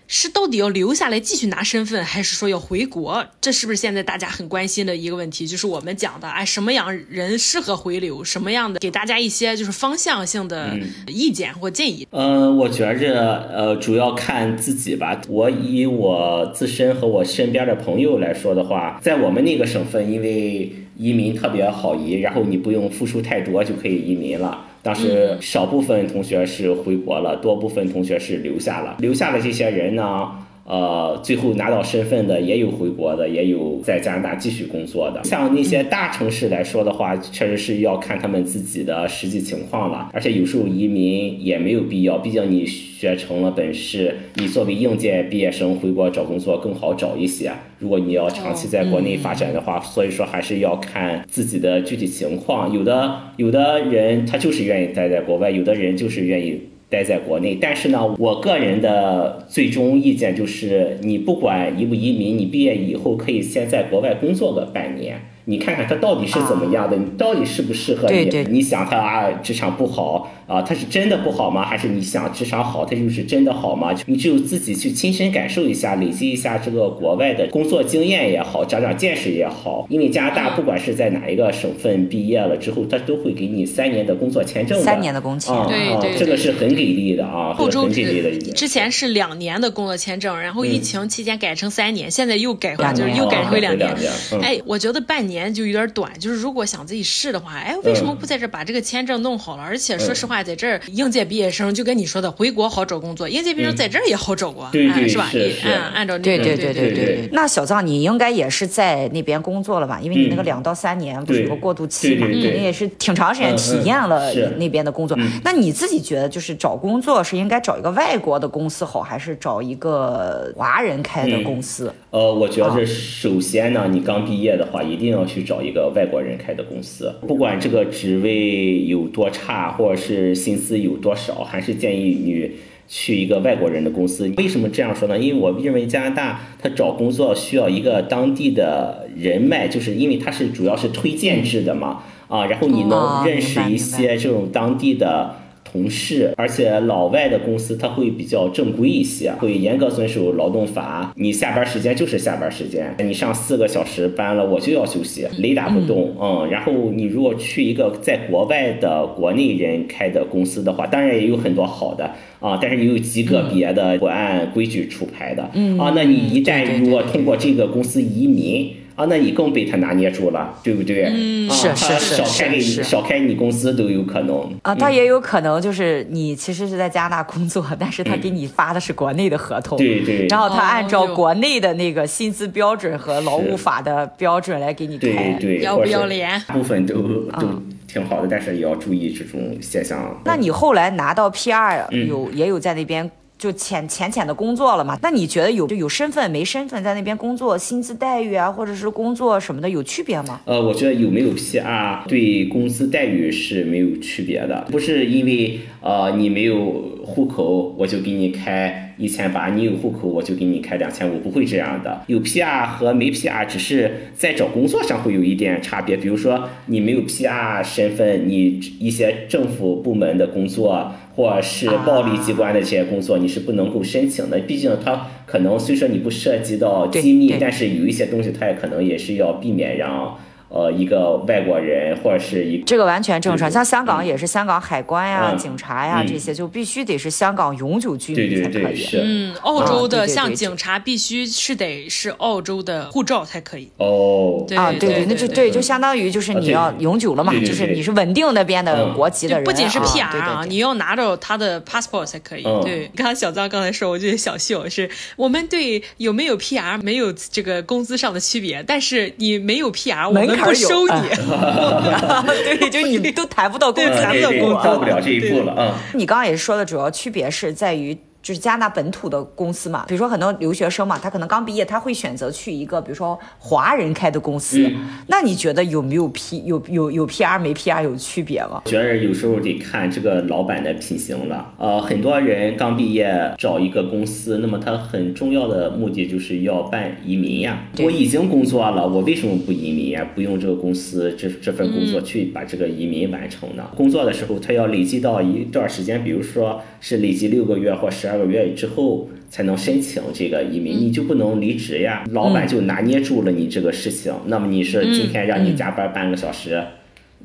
Speaker 2: 是到底要留下来继续拿身份，还是说要回国？这是不是现在大家很关心的一个问题？就是我们讲的，哎，什么样人适合回流，什么样的给大家一些就是方向性的意见或建议。
Speaker 1: 呃，我觉着呃，主要看自己吧。我以我自身和我身边的朋友来说的话，在我们那个省份，因为移民特别好移，然后你不用付出太多就可以移民了。当时少部分同学是回国了，多部分同学是留下了。留下的这些人呢，呃，最后拿到身份的也有回国的，也有在加拿大继续工作的。像那些大城市来说的话，确实是要看他们自己的实际情况了。而且有时候移民也没有必要，毕竟你学成了本事，你作为应届毕业生回国找工作更好找一些。如果你要长期在国内发展的话，所以说还是要看自己的具体情况。有的有的人他就是愿意待在国外，有的人就是愿意待在国内。但是呢，我个人的最终意见就是，你不管移不移民，你毕业以后可以先在国外工作个半年。你看看他到底是怎么样的，你到底适不适合
Speaker 3: 对
Speaker 1: 你？
Speaker 3: 对
Speaker 1: 你想他啊，职场不好啊，他是真的不好吗？还是你想职场好，他就是真的好吗？你只有自己去亲身感受一下，累积一下这个国外的工作经验也好，长长见识也好。因为加拿
Speaker 3: 啊
Speaker 1: 大不管是在哪一个省份毕业了之后，他都会给你三年的工作签证的，
Speaker 3: 三年的工签
Speaker 1: 啊
Speaker 2: 对
Speaker 1: 啊
Speaker 2: 对
Speaker 1: 这个
Speaker 2: 对
Speaker 1: 是很给力的啊，
Speaker 2: 澳洲
Speaker 1: 很给力的
Speaker 2: 之
Speaker 1: 一点。
Speaker 2: 之前是两年的工作签证，然后疫情期间改成三年，现在又改回，
Speaker 3: 两
Speaker 2: 就是
Speaker 3: 年
Speaker 2: 又改回两
Speaker 1: 啊
Speaker 2: 年
Speaker 1: 改回两年。嗯
Speaker 2: 哎，我觉得半年就有点短，就是如果想自己试的话，哎，为什么
Speaker 1: 嗯
Speaker 2: 不在这把这个签证弄好了？而且说实话，在这儿应届毕业生就跟你说的，回国好找工作，应届毕业生在这儿也好找啊，
Speaker 1: 嗯对
Speaker 2: 哎
Speaker 1: 对
Speaker 2: 是吧？
Speaker 1: 是
Speaker 2: 你
Speaker 1: 是
Speaker 2: 按按照那
Speaker 3: 对
Speaker 2: 个
Speaker 3: 对
Speaker 2: 对
Speaker 3: 对对
Speaker 1: 嗯对
Speaker 3: 对。那小藏，你应该也是在那边工作了吧？因为你那个两到三年不是有个过渡期嘛，
Speaker 1: 嗯对对
Speaker 3: 你
Speaker 1: 对
Speaker 3: 也是挺长时间体验
Speaker 1: 嗯
Speaker 3: 了
Speaker 1: 嗯是嗯
Speaker 3: 那边的工作。那你自己觉得，就是找工作是应该找一个外国的公司好，还是找一个华人开的公司？
Speaker 1: 呃，我觉得首先呢，你刚毕业的话，一定要去找一个外国人开的公司，不管这个职位有多差，或者是薪资有多少，还是建议你去一个外国人的公司。为什么这样说呢？因为我认为加拿大他找工作需要一个当地的人脉，就是因为它是主要是推荐制的嘛，啊，然后你
Speaker 3: 哦
Speaker 1: 能认识
Speaker 3: 明白
Speaker 1: 一
Speaker 3: 明白
Speaker 1: 些这种当地的。同事，而且老外的公司它会比较正规一些，会严格遵守劳动法。你下班时间就是下班时间，你上四个小时班了，我就要休息，雷打不动。嗯，然后你如果去一个在国外的国内人开的公司的话，当然也有很多好的啊，但是也有极个别
Speaker 3: 嗯
Speaker 1: 的不按规矩出牌的。嗯啊，那你一旦如果通过这个公司移民。啊，那你更被他拿捏住了，对不对？嗯，
Speaker 3: 是是是
Speaker 1: 少开给你
Speaker 3: 是是
Speaker 1: 少开你公司都有可能。
Speaker 3: 啊，他也有可能就是你其实是在加拿大工作，但是他给你发的是国内的合同，
Speaker 1: 嗯对对
Speaker 3: 然后他按
Speaker 2: 哦
Speaker 3: 照
Speaker 2: 哟
Speaker 3: 国内的那个薪资标准和劳务
Speaker 1: 是
Speaker 3: 法的标准来给你开。
Speaker 1: 对对，
Speaker 2: 哎要
Speaker 1: 或
Speaker 2: 不
Speaker 1: 者
Speaker 2: 要
Speaker 1: 是
Speaker 2: 脸嗯
Speaker 1: 大部分都都挺好的，但是也要注意这种现象。
Speaker 3: 那你后来拿到 PR 有、也有在那边就浅浅浅的工作了嘛？那你觉得有就有身份没身份在那边工作，薪资待遇啊，或者是工作什么的有区别吗？
Speaker 1: 呃，我觉得有没有 PR 对工资待遇是没有区别的，不是因为呃你没有户口我就给你开一千八，你有户口我就给你开两千五，不会这样的。有 PR 和没 PR 只是在找工作上会有一点差别，比如说你没有 PR 身份，你一些政府部门的工作或是
Speaker 3: 啊
Speaker 1: 暴力机关的这些工作，你是不能够申请的，毕竟它可能虽说你不涉及到
Speaker 3: 对
Speaker 1: 机密
Speaker 3: 对，
Speaker 1: 但是有一些东西它也可能也是要避免让呃一个外国人或者是一
Speaker 3: 这个完全正常，
Speaker 1: 对对
Speaker 3: 像香港也是香港海关呀、
Speaker 1: 嗯
Speaker 3: 警察呀、
Speaker 1: 嗯
Speaker 3: 这些，就必须得是香港永久居
Speaker 1: 对
Speaker 3: 民
Speaker 1: 对
Speaker 3: 才可
Speaker 1: 对
Speaker 3: 以。
Speaker 1: 是、
Speaker 2: 嗯，澳洲
Speaker 3: 啊对
Speaker 2: 的
Speaker 3: 对
Speaker 2: 像
Speaker 3: 对
Speaker 2: 警察必须是得是澳洲的护照才可以。
Speaker 1: 哦
Speaker 2: 对
Speaker 3: 啊，
Speaker 2: 对
Speaker 3: 对，那就对，就相当于就是你要
Speaker 1: 啊对
Speaker 3: 永久了嘛，
Speaker 1: 对对
Speaker 3: 就
Speaker 1: 对
Speaker 3: 是你是稳定那边的
Speaker 1: 嗯
Speaker 3: 国籍的
Speaker 2: 就
Speaker 3: 人，
Speaker 2: 不仅是
Speaker 3: 啊
Speaker 2: PR
Speaker 3: 对对对
Speaker 2: 你要拿着他的 passport 才可以。
Speaker 1: 嗯
Speaker 2: 对，刚刚小张刚才说，我就想秀是我们对有没有 PR 没有这个工资上的区别，但是你没有 PR，我
Speaker 3: 门
Speaker 2: 们
Speaker 3: 槛
Speaker 2: 不
Speaker 3: 有哎
Speaker 2: 收你。
Speaker 3: 对，就你都谈不到工
Speaker 2: 对
Speaker 3: 资
Speaker 1: 呃
Speaker 2: 咱
Speaker 1: 对
Speaker 2: 们
Speaker 1: 对
Speaker 2: 工作
Speaker 1: 到不了这一步了啊。
Speaker 3: 你刚刚也说的主要区别是在于。就是加拿大本土的公司嘛，比如说很多留学生嘛，他可能刚毕业，他会选择去一个比如说华人开的公司。
Speaker 1: 嗯
Speaker 3: 那你觉得有没有 P 有有有 PR 没 PR 有区别吗？
Speaker 1: 觉得有时候得看这个老板的品行了。呃，很多人刚毕业找一个公司，那么他很重要的目的就是要办移民呀。
Speaker 3: 对
Speaker 1: 我已经工作了，我为什么不移民呀？不用这个公司这这份工作去把这个移民完成呢？工作的时候他要累积到一段时间，比如说是累积六个月或十二个月之后。才能申请这个移民，你就不能离职呀。老板就拿捏住了你这个事情，那么你是今天让你加班半个小时，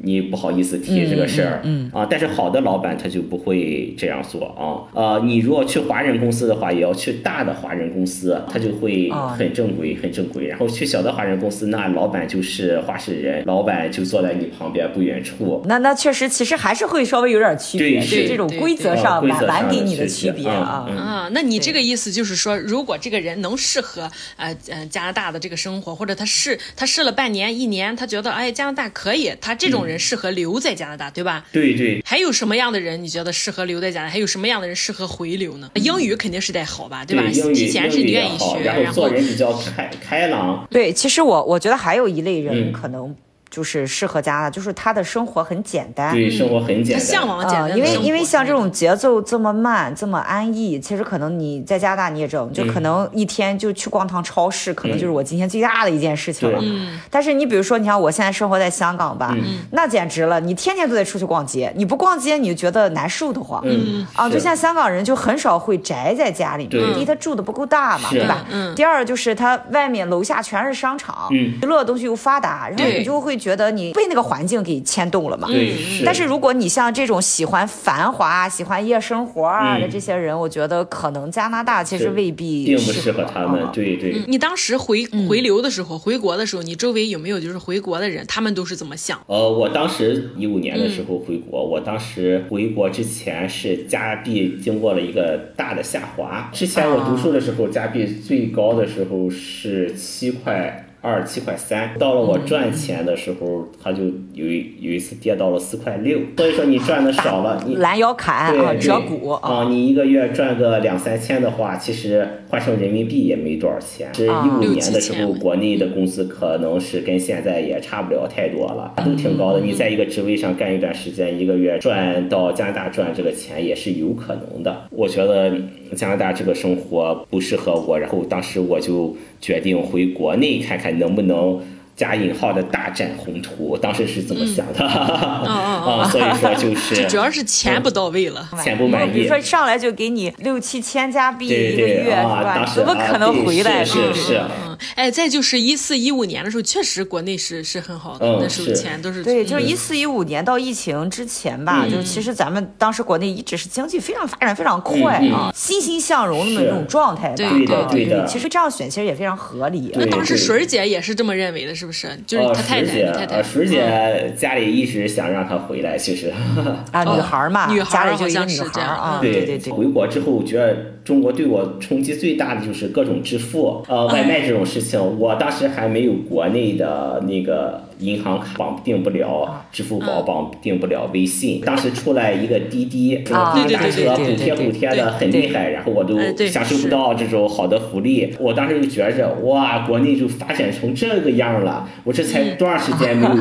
Speaker 1: 你不好意思提这个事儿、嗯，啊，但是好的老板他就不会这样做啊，呃，你如果去华人公司的话，也要去大的华人公司，他就会
Speaker 3: 哦
Speaker 1: 很正规，很正规。然后去小的华人公司，那老板就是话事人，老板就坐在你旁边不远处，
Speaker 3: 那那确实，其实还是会稍微有点区别，
Speaker 1: 对
Speaker 3: 是
Speaker 1: 对
Speaker 3: 这种
Speaker 2: 对
Speaker 3: 规则上
Speaker 1: 对啊规
Speaker 3: 晚
Speaker 1: 则上
Speaker 3: 晚
Speaker 1: 的
Speaker 3: 给你的
Speaker 1: 区
Speaker 3: 区
Speaker 1: 别
Speaker 3: 别啊。
Speaker 1: 嗯嗯
Speaker 2: 啊，那你这个意思就是说，如果这个人能适合呃呃加拿大的这个生活，或者他试他试了半年一年，他觉得哎加拿大可以，他这
Speaker 3: 嗯
Speaker 2: 种人适合留在加拿大，对吧？
Speaker 1: 对对。
Speaker 2: 还有什么样的人你觉得适合留在加拿大？还有什么样的人适合回流呢？
Speaker 3: 嗯
Speaker 2: 英语肯定是得好吧，
Speaker 1: 对
Speaker 2: 吧？
Speaker 1: 英语
Speaker 2: 提前是
Speaker 1: 英
Speaker 2: 你
Speaker 1: 语也
Speaker 2: 愿意
Speaker 1: 好，
Speaker 2: 学，
Speaker 1: 然后做人比较开开朗，
Speaker 3: 对，其实我我觉得还有一类人
Speaker 1: 嗯
Speaker 3: 可能就是适合加拿大，就是他的生活很简单，
Speaker 1: 对生活很简
Speaker 2: 他
Speaker 1: 单。
Speaker 2: 向往简
Speaker 3: 啊，
Speaker 2: 单的
Speaker 3: 因为
Speaker 2: 生活嗯
Speaker 3: 因为像这种节奏这么慢、这么安逸，其实可能你在加拿大你也知道，就
Speaker 1: 嗯
Speaker 3: 可能一天就去逛趟超市，可能就是我今天最大的一件事情了。
Speaker 1: 对
Speaker 2: 嗯
Speaker 1: 嗯
Speaker 3: 但是你比如说，你像我现在生活在香港吧，那简直了，你天天都得出去逛街，你不逛街你就觉得难受的慌。
Speaker 1: 嗯
Speaker 3: 啊，就是现在香港人就很少会宅在家里面，
Speaker 1: 对
Speaker 3: 第一他住的不够大嘛，
Speaker 1: 是
Speaker 3: 对吧？
Speaker 2: 嗯
Speaker 3: 第二就是他外面楼下全是商场，
Speaker 1: 嗯
Speaker 3: 娱乐的东西又发达，然后
Speaker 2: 对
Speaker 3: 你就会觉得你被那个环境给牵动了嘛。
Speaker 1: 对，是
Speaker 3: 嗯但是如果你像这种喜欢繁华啊、喜欢夜生活啊
Speaker 1: 嗯
Speaker 3: 的这些人，我觉得可能加拿大其实
Speaker 1: 是
Speaker 3: 未必
Speaker 1: 并不适合他们
Speaker 3: 啊。。
Speaker 1: 对对，
Speaker 2: 你当时回
Speaker 3: 嗯
Speaker 2: 回流的时候，回国的时候，你周围有没有就是回国的人？他们都是怎么想？
Speaker 1: 呃，我当时一五年的时候回国，我当时回国之前是加币经过了一个大的下滑。之前我读书的时候，加币最高的时候是七块。二七块三，到了我赚钱的时候，它就有一有一次跌到了四块六，所以说你赚的少了，你
Speaker 3: 拦腰砍
Speaker 1: 对
Speaker 3: 啊，
Speaker 1: 对
Speaker 3: 折股啊，
Speaker 1: 啊，你一个月赚个两三千的话，其实换成人民币也没多少钱。是一
Speaker 3: 啊
Speaker 1: 五
Speaker 2: 六
Speaker 1: 年
Speaker 2: 七
Speaker 1: 的时
Speaker 2: 千
Speaker 1: 候，国内的工资可能是跟现在也差不了太多了，都挺高的。
Speaker 2: 嗯
Speaker 1: 你在一个职位上干一段时间，一个月赚到加拿大赚这个钱也是有可能的。我觉得加拿大这个生活不适合我，然后当时我就决定回国内看看能不能。加引号的大展宏图，当时是这么想的，
Speaker 2: 哦
Speaker 1: 啊，所以说就
Speaker 2: 这
Speaker 1: 是
Speaker 2: 主要是钱不到位了。
Speaker 3: 嗯
Speaker 1: 钱不满
Speaker 3: 比
Speaker 1: 意
Speaker 3: 如，说上来就给你六七千加币
Speaker 1: 对
Speaker 3: 一个
Speaker 1: 对
Speaker 3: 月是
Speaker 1: 啊，
Speaker 3: 吧
Speaker 1: 当？时
Speaker 3: 怎么
Speaker 1: 啊
Speaker 3: 可能
Speaker 1: 对
Speaker 3: 回来？
Speaker 1: 是是啊是，
Speaker 2: 嗯，哎，再就是一四一五年的时候，确实国内是是很好的，
Speaker 1: 嗯
Speaker 2: 那时候
Speaker 1: 是
Speaker 2: 钱都是
Speaker 3: 对，就是
Speaker 2: 嗯
Speaker 3: 一四一五年到疫情之前吧，就是其实咱们当时国内一直是经济非常发展非常快啊，欣欣向荣的那种
Speaker 1: 是
Speaker 3: 状态吧。
Speaker 2: 对
Speaker 1: 对
Speaker 2: 的
Speaker 3: 啊
Speaker 1: 对的
Speaker 3: 其实这样选其实也非常合理。
Speaker 1: 对
Speaker 2: 当时
Speaker 1: 对
Speaker 2: 水儿姐也是这么认为的，是不是？就是
Speaker 1: 呃
Speaker 2: 她太
Speaker 1: 水
Speaker 2: 太，
Speaker 1: 姐，
Speaker 2: 她太太，嗯
Speaker 1: 呃水姐家里一直想让她回来，其实。
Speaker 3: 啊，女孩儿嘛，
Speaker 2: 哦女孩儿
Speaker 3: 家里就一
Speaker 2: 好像
Speaker 3: 个女
Speaker 2: 是这
Speaker 3: 孩
Speaker 2: 样嗯
Speaker 3: 儿啊，
Speaker 1: 对
Speaker 3: 对对。
Speaker 1: 回国之后，我觉得中国对我冲击最大的就是各种支付，呃，
Speaker 3: 哎
Speaker 1: 外卖这种事情，我当时还没有国内的那个银行卡绑定不
Speaker 3: 啊
Speaker 1: 了，支付
Speaker 3: 嗯
Speaker 1: 宝绑定不了微信，当时出来一个滴滴，呃什么
Speaker 3: 啊
Speaker 1: 滴滴打车
Speaker 3: 对
Speaker 1: 补
Speaker 3: 对对
Speaker 1: 贴
Speaker 3: 对对
Speaker 1: 补贴的很厉害，然后我都
Speaker 2: 哎对
Speaker 1: 享受不到这种好的福利，我当时就觉着哇，国内就发展成这个样了，我这
Speaker 3: 嗯
Speaker 1: 才多长时间 没有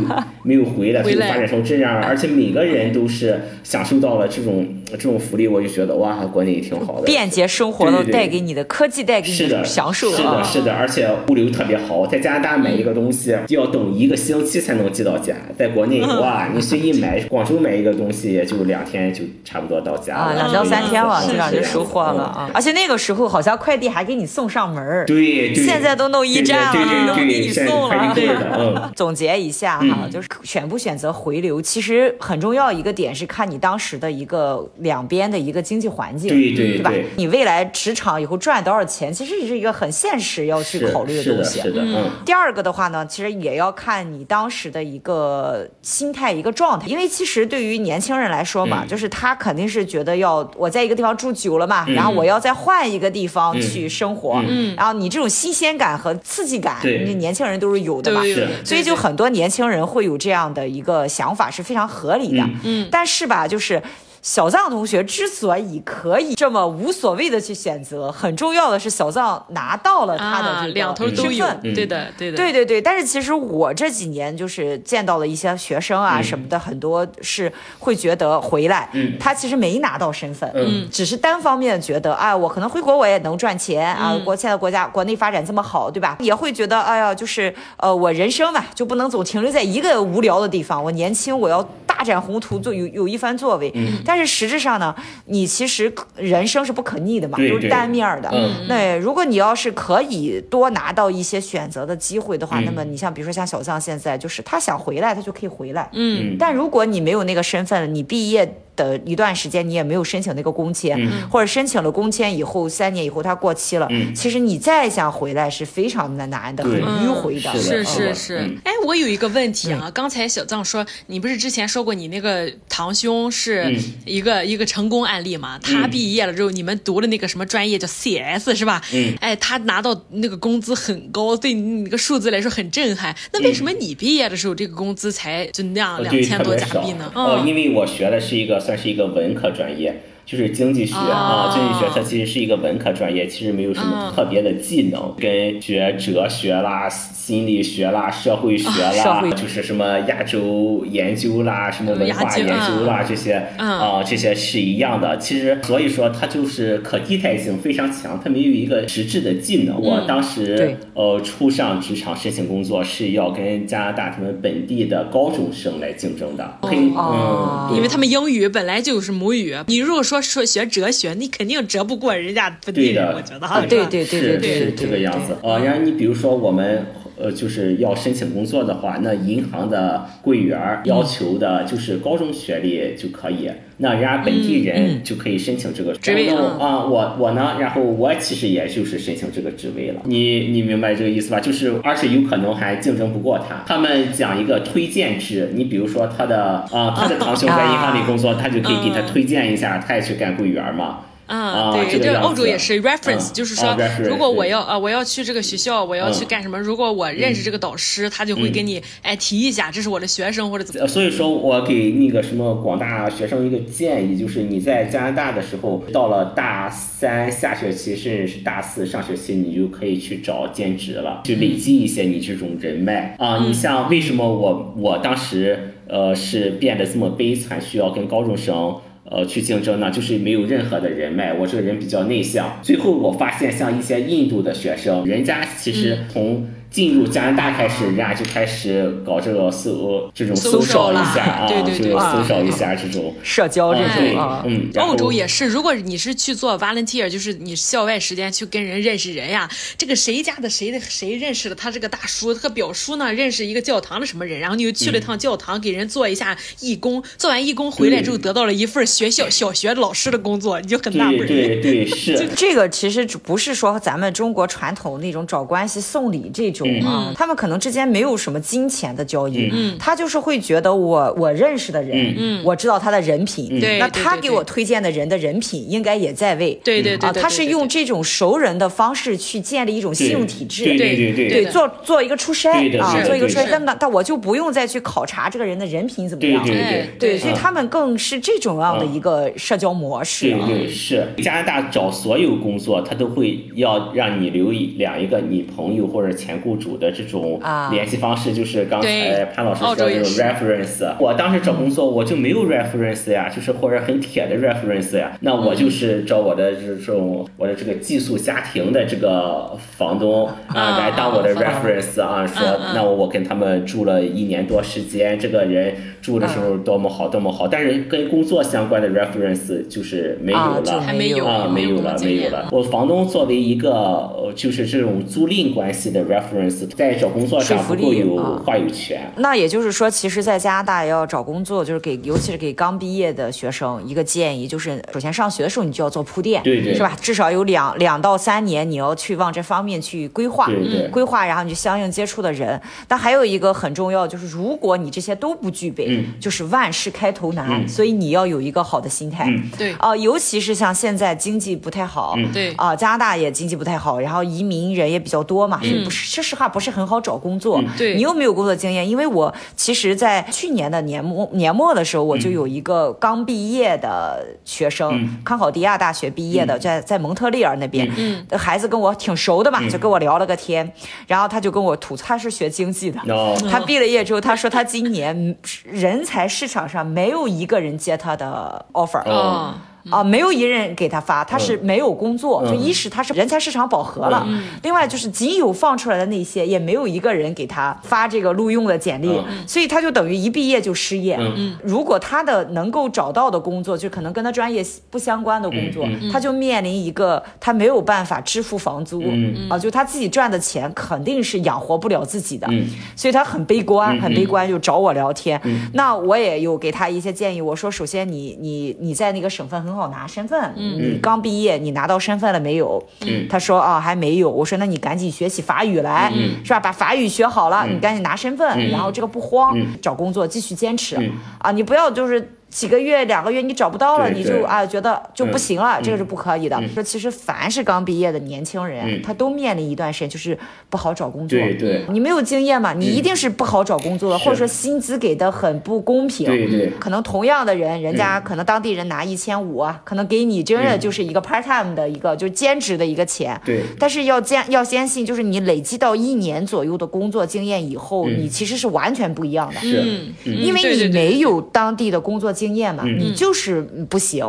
Speaker 1: 没有回来，
Speaker 2: 回
Speaker 1: 就
Speaker 2: 来
Speaker 1: 发展成这样了，而且每个人都是享受到了这种这种福利，我就觉得哇，国内也挺好的。
Speaker 3: 便捷生活
Speaker 1: 对
Speaker 3: 都
Speaker 1: 对对
Speaker 3: 带给你的科技带给
Speaker 1: 是
Speaker 3: 你
Speaker 1: 的，
Speaker 3: 享受
Speaker 1: 是的，
Speaker 3: 啊，
Speaker 1: 是的，而且物流特别好。在加拿大买一个东
Speaker 3: 嗯
Speaker 1: 西要等一个星期才能寄到家，在国内哇，你随意买，广州买一个东西也就两天就差不多到家
Speaker 3: 啊，
Speaker 1: 了，
Speaker 3: 两到三天了，
Speaker 1: 嗯
Speaker 3: 基本上
Speaker 1: 是
Speaker 3: 就
Speaker 1: 这样
Speaker 3: 收获了
Speaker 1: 嗯
Speaker 3: 啊。而且那个时候好像快递还给你送上门儿。
Speaker 1: 对，对
Speaker 3: 现在都弄一站
Speaker 1: 对对
Speaker 3: 了
Speaker 1: 对
Speaker 3: 都
Speaker 1: 对
Speaker 3: 给你
Speaker 1: 对，现在
Speaker 3: 送
Speaker 1: 快递
Speaker 3: 了啊
Speaker 1: 柜的，嗯。
Speaker 3: 总结一下哈，就是选不选择回流，其实很重要一个点是看你当时的一个两边的一个经济环境，
Speaker 1: 嗯对 对
Speaker 3: 吧
Speaker 1: 对？
Speaker 3: 你未来职场以后赚多少钱，其实是一个很现实要去
Speaker 1: 是
Speaker 3: 考虑
Speaker 1: 是
Speaker 3: 东
Speaker 1: 的，
Speaker 3: 西。
Speaker 1: 是的，嗯，
Speaker 3: 第二个的话呢，其实也要看你当时的一个心态、一个状态，因为其实对于年轻人来说嘛，
Speaker 1: 嗯
Speaker 3: 就是他肯定是觉得要我在一个地方住久了嘛，然后我要再换一个地方去生活，嗯，然后你这种新鲜感和刺激感，
Speaker 1: 对
Speaker 3: 你年轻人都是有的嘛，
Speaker 2: 对
Speaker 1: 是
Speaker 3: 所以就很多年轻人会有这样的一个想法是非常合理的。嗯，但是吧，就是。小藏同学之所以可以这么无所谓的去选择，很重要的是小藏拿到了他的
Speaker 2: 啊，
Speaker 3: 这个嗯
Speaker 2: 两头都
Speaker 3: 身
Speaker 2: 有
Speaker 3: 份，
Speaker 2: 对的，对的，
Speaker 3: 对对对，但是其实我这几年就是见到了一些学生啊什么的，很多是会觉得回来，
Speaker 1: 嗯
Speaker 3: 他其实没拿到身份，
Speaker 1: 嗯，
Speaker 3: 只是单方面觉得，哎，我可能回国我也能赚钱啊，国现在国家国内发展这么好，对吧？也会觉得，哎呀，就是呃，我人生嘛就不能总停留在一个无聊的地方，我年轻我要。大展宏图，做有有一番作为，但是实质上呢，你其实人生是不可逆的嘛，
Speaker 1: 对
Speaker 3: 都是
Speaker 1: 对
Speaker 3: 单面儿的。
Speaker 1: 嗯
Speaker 3: 那如果你要是可以多拿到一些选择的机会的
Speaker 1: 嗯
Speaker 3: 话，那么你像比如说像小藏现在，就是他想回来，他就可以回来。
Speaker 2: 嗯
Speaker 3: 但如果你没有那个身份，你毕业的一段时间你也没有申请那个工签，或者申请了工签以后三年以后它过期了，
Speaker 1: 嗯
Speaker 3: 其实你再想回来是非常的难的，很
Speaker 1: 对
Speaker 3: 迂回的。
Speaker 1: 是
Speaker 2: 是
Speaker 1: 的
Speaker 2: 是
Speaker 1: 嗯
Speaker 2: 是
Speaker 1: 嗯，
Speaker 2: 哎，我有一个问题
Speaker 3: 嗯
Speaker 2: 啊，刚才小藏说，你不是之前说过你那个堂兄是
Speaker 1: 嗯
Speaker 2: 一个、一个成功案例吗？他毕业了之后，你们读了那个什么专业叫 CS 是吧？
Speaker 1: 嗯
Speaker 2: 哎，他拿到那个工资很高，对你那个数字来说很震撼。那为什么你毕业的时候这个工资才就那样
Speaker 1: 呃嗯
Speaker 2: 两
Speaker 1: 对，
Speaker 2: 千
Speaker 1: 特
Speaker 2: 多
Speaker 1: 别
Speaker 2: 加
Speaker 1: 少
Speaker 2: 币呢？
Speaker 1: 哦，
Speaker 2: 嗯
Speaker 1: 因为我学的是一个算是一个文科专业，就是经济学
Speaker 2: 哦嗯
Speaker 1: 啊，经济学它其实是一个文科专业，其实没有什么特别的技能，跟学哲学啦、心理学啦、社会学
Speaker 3: 啊社
Speaker 1: 啦
Speaker 3: 会，
Speaker 1: 就是什么亚洲研究啦、什么文
Speaker 2: 亚
Speaker 1: 化
Speaker 2: 洲
Speaker 1: 研究
Speaker 2: 啊
Speaker 1: 啦这些
Speaker 2: 嗯
Speaker 1: 啊，这些是一样的。其实所以说它就是可替代性非常强，它没有一个实质的技
Speaker 2: 嗯
Speaker 1: 能。我当
Speaker 3: 对
Speaker 1: 时呃，初上职场申请工作是要跟加拿大他们本地的高中生来竞争的，可以，
Speaker 3: 哦
Speaker 1: 嗯，
Speaker 2: 因为他们英语本来就是母语，你如果说说学哲学，你肯定折不过人家本地
Speaker 1: 对
Speaker 2: 人，
Speaker 1: 的
Speaker 2: 我觉得
Speaker 1: 啊
Speaker 2: 哈，
Speaker 3: 对
Speaker 2: 是吧
Speaker 3: 对对对
Speaker 1: 是
Speaker 3: 对
Speaker 1: 是
Speaker 3: 对
Speaker 1: 这个
Speaker 3: 对
Speaker 1: 样子。呃，然后你比如说我们呃就是要申请工作的话，那银行的柜员
Speaker 3: 嗯
Speaker 1: 儿要求的就是高中学历就可以，那人家本
Speaker 3: 嗯
Speaker 1: 地人就可以申请这个
Speaker 2: 职位
Speaker 1: 然后
Speaker 2: 嗯
Speaker 1: 啊，我我呢，然后我其实也就是申请这个职位了。你你明白这个意思吧？就是而且有可能还竞争不过他。他们讲一个推荐制，你比如说他的啊、他的堂兄在银
Speaker 3: 啊
Speaker 1: 行里工作，他就可以给他推荐一下，他也去干柜员儿嘛。
Speaker 2: 啊，
Speaker 1: 啊
Speaker 2: 对，
Speaker 1: 这个
Speaker 2: 这
Speaker 1: 样
Speaker 2: 欧洲
Speaker 1: 子
Speaker 2: 也是 reference，、
Speaker 1: 嗯
Speaker 2: 就是
Speaker 1: 啊
Speaker 2: 说，
Speaker 1: ，reference，
Speaker 2: 如果我
Speaker 1: 对
Speaker 2: 要啊，我要去这个学校，我要去
Speaker 1: 嗯
Speaker 2: 干什么？如果我认识这个导师，他就会给你、哎提一下，这是我的学生或者怎么。
Speaker 1: 呃，所以说我给那个什么广大学生一个建议，就是你在加拿大的时候，到了大三下学期甚至是大四上学期，你就可以去找兼职了，去累积一些你这种人脉啊、你像为什么我我当时呃是变得这么悲惨，需要跟高中生。呃，去竞争呢，就是没有任何的人脉。我这个人比较内向。最后我发现，像一些印度的学生，人家其实从进入加拿大开始，人家就开始搞这个搜这种
Speaker 2: 搜
Speaker 1: 搜
Speaker 2: 索
Speaker 1: 索一
Speaker 2: 啦
Speaker 1: 下啊，
Speaker 2: 对对对哦
Speaker 1: 就
Speaker 3: 啊
Speaker 1: 搜索一下这种。
Speaker 3: 社交这
Speaker 1: 啊对
Speaker 3: 种啊，
Speaker 1: 嗯，然后
Speaker 2: 欧洲也是，如果你是去做 volunteer，就是你校外时间去跟人认识人呀，这个谁家的谁的谁认识了他这个大叔，他表叔呢认识一个教堂的什么人，然后你又去
Speaker 1: 嗯
Speaker 2: 了一趟教堂，给人做一下义工，做完义工回来之后
Speaker 1: 对
Speaker 2: 得到了一份学校小学老师的工作，你就很纳
Speaker 1: 对
Speaker 2: 闷。
Speaker 1: 对 对是，
Speaker 3: 这个其实只不是说咱们中国传统那种找关系送礼这种
Speaker 1: 嗯
Speaker 3: 啊，
Speaker 2: 嗯
Speaker 3: 他们可能之间没有什么金钱的交易，他就是会觉得我我认识的
Speaker 1: 嗯
Speaker 3: 人，我知道他的人品，
Speaker 2: 嗯对
Speaker 3: 那
Speaker 2: 对
Speaker 3: 他
Speaker 2: 对
Speaker 3: 给
Speaker 2: 对
Speaker 3: 我推荐的人的人品应该也在位，
Speaker 2: 对对对
Speaker 3: 啊，
Speaker 2: 对
Speaker 3: 他
Speaker 2: 对
Speaker 3: 是
Speaker 2: 对
Speaker 3: 用
Speaker 2: 对
Speaker 3: 这种熟人的方式去建立一种信用体制，
Speaker 1: 对
Speaker 2: 对
Speaker 1: 对
Speaker 2: 对
Speaker 1: 对
Speaker 2: 的
Speaker 3: 做做一个出差
Speaker 1: 对的
Speaker 3: 啊
Speaker 1: 是，的
Speaker 3: 做一个出差，
Speaker 2: 对的
Speaker 3: 但但但我就不用再去考察这个人的人品怎么
Speaker 1: 对
Speaker 3: 样，
Speaker 1: 对
Speaker 2: 哎
Speaker 1: 对。
Speaker 3: 对所以
Speaker 1: 嗯
Speaker 3: 他们更是这种样的一个社交模式
Speaker 1: 对
Speaker 3: 啊。
Speaker 1: 对是，加拿大找所有工作，他都会要让你留一两一个你朋友或者前雇主的这种
Speaker 3: 啊
Speaker 1: 联系方式，就是刚
Speaker 2: 对
Speaker 1: 才潘老师
Speaker 2: 澳
Speaker 1: 说
Speaker 2: 洲
Speaker 1: 的
Speaker 2: 也
Speaker 1: 这种
Speaker 2: 是
Speaker 1: reference。我当时找工作我就没有 reference 呀，就是或者很铁的 reference 呀，那我
Speaker 2: 嗯
Speaker 1: 就是找我的这种我的这个寄宿家庭的这个房东
Speaker 2: 啊
Speaker 1: 啊来当我的
Speaker 2: 房东
Speaker 1: reference 啊，说
Speaker 2: 嗯
Speaker 1: 那我跟他们住了一年多时间，这个人住的时候多么好多么好，但是跟工作相关的 reference 就是没有
Speaker 3: 啊就
Speaker 1: 了，
Speaker 2: 还没有
Speaker 1: 啊，没
Speaker 2: 有
Speaker 1: 有
Speaker 2: 工作
Speaker 1: 了，
Speaker 2: 经
Speaker 1: 没有
Speaker 2: 验
Speaker 1: 了。我房东作为一个呃，就是这种租赁关系的 reference，在找工作上
Speaker 3: 说服
Speaker 1: 不
Speaker 3: 力
Speaker 1: 够有
Speaker 3: 啊
Speaker 1: 话语权。
Speaker 3: 那也就是说，其实，在加拿大要找工作，就是给，尤其是给刚毕业的学生一个建议，就是首先上学的时候你就要做铺垫，
Speaker 1: 对对
Speaker 3: 是吧？至少有两两到三年，你要去往这方面去规划，
Speaker 1: 对对
Speaker 3: 规划，然后你就相应接触的人。但还有一个很重要，就是如果你这些都不具备，
Speaker 1: 嗯
Speaker 3: 就是万事开头难，所以你要有一个好的心态，
Speaker 1: 嗯
Speaker 2: 对
Speaker 3: 啊、尤其是像现在经济不太好，
Speaker 2: 对
Speaker 3: 啊、加拿大也经济不太好，然后移民人也比较多嘛，所以不是说实话不是很好找工作。
Speaker 2: 对
Speaker 3: 你又没有工作经验，因为我其实，在去年的年末年末的时候，我就有一个刚毕业的学生，康考迪亚大学毕业的，在在蒙特利尔那边，嗯，孩子跟我挺熟的嘛，就跟我聊了个天，然后他就跟我吐槽，他是学经济的，
Speaker 1: 然后
Speaker 3: 他毕了业之后，他说他今年人才市场上没有一个人接他的 offer。
Speaker 1: 哦
Speaker 2: 啊，
Speaker 3: 啊，没有一人给他发，他是没有工作，就一是他是人才市场饱和了，另外就是仅有放出来的那些也没有一个人给他发这个录用的简历，所以他就等于一毕业就失业。如果他的能够找到的工作，就可能跟他专业不相关的工作，他就面临一个他没有办法支付房租、啊，就他自己赚的钱肯定是养活不了自己的，
Speaker 1: 嗯
Speaker 3: 所以他很悲观，很悲观，就找我聊天。
Speaker 1: 嗯
Speaker 3: 那我也有给他一些建议，我说首先你你你在那个省份很好拿身份，
Speaker 1: 嗯
Speaker 3: 你刚毕业，你拿到身份了没有？他说啊还没有。我说那你赶紧学起法语来，
Speaker 1: 嗯
Speaker 3: 是吧？把法语学好了，你赶紧拿身份，然后这个不慌，
Speaker 1: 嗯
Speaker 3: 找工作继续坚持、啊，你不要就是。几个月、两个月你找不到了，
Speaker 1: 对
Speaker 3: 你
Speaker 1: 对嗯
Speaker 3: 就啊觉得就不行了，这个是不可以的。说其实凡是刚毕业的年轻
Speaker 1: 嗯
Speaker 3: 人，他都面临一段时间就是不好找工作，
Speaker 1: 对对嗯
Speaker 3: 你没有经验嘛，你一定是不好找工作的，
Speaker 1: 是
Speaker 3: 或者说薪资给的很不公平。
Speaker 1: 对对
Speaker 3: 可能同样的人，人家可能当地人拿一千五啊，可能给你真的就是一个 part time 的一个就是兼职的一个钱。
Speaker 1: 嗯对
Speaker 3: 但是要坚要坚信，就是你累积到一年左右的工作经验以后，
Speaker 1: 嗯
Speaker 3: 你其实是完全不一样的。
Speaker 1: 是
Speaker 3: 因为
Speaker 2: 对
Speaker 3: 你
Speaker 2: 对对
Speaker 3: 没有当地的工作经
Speaker 1: 嗯
Speaker 3: 验嘛，你就是不行。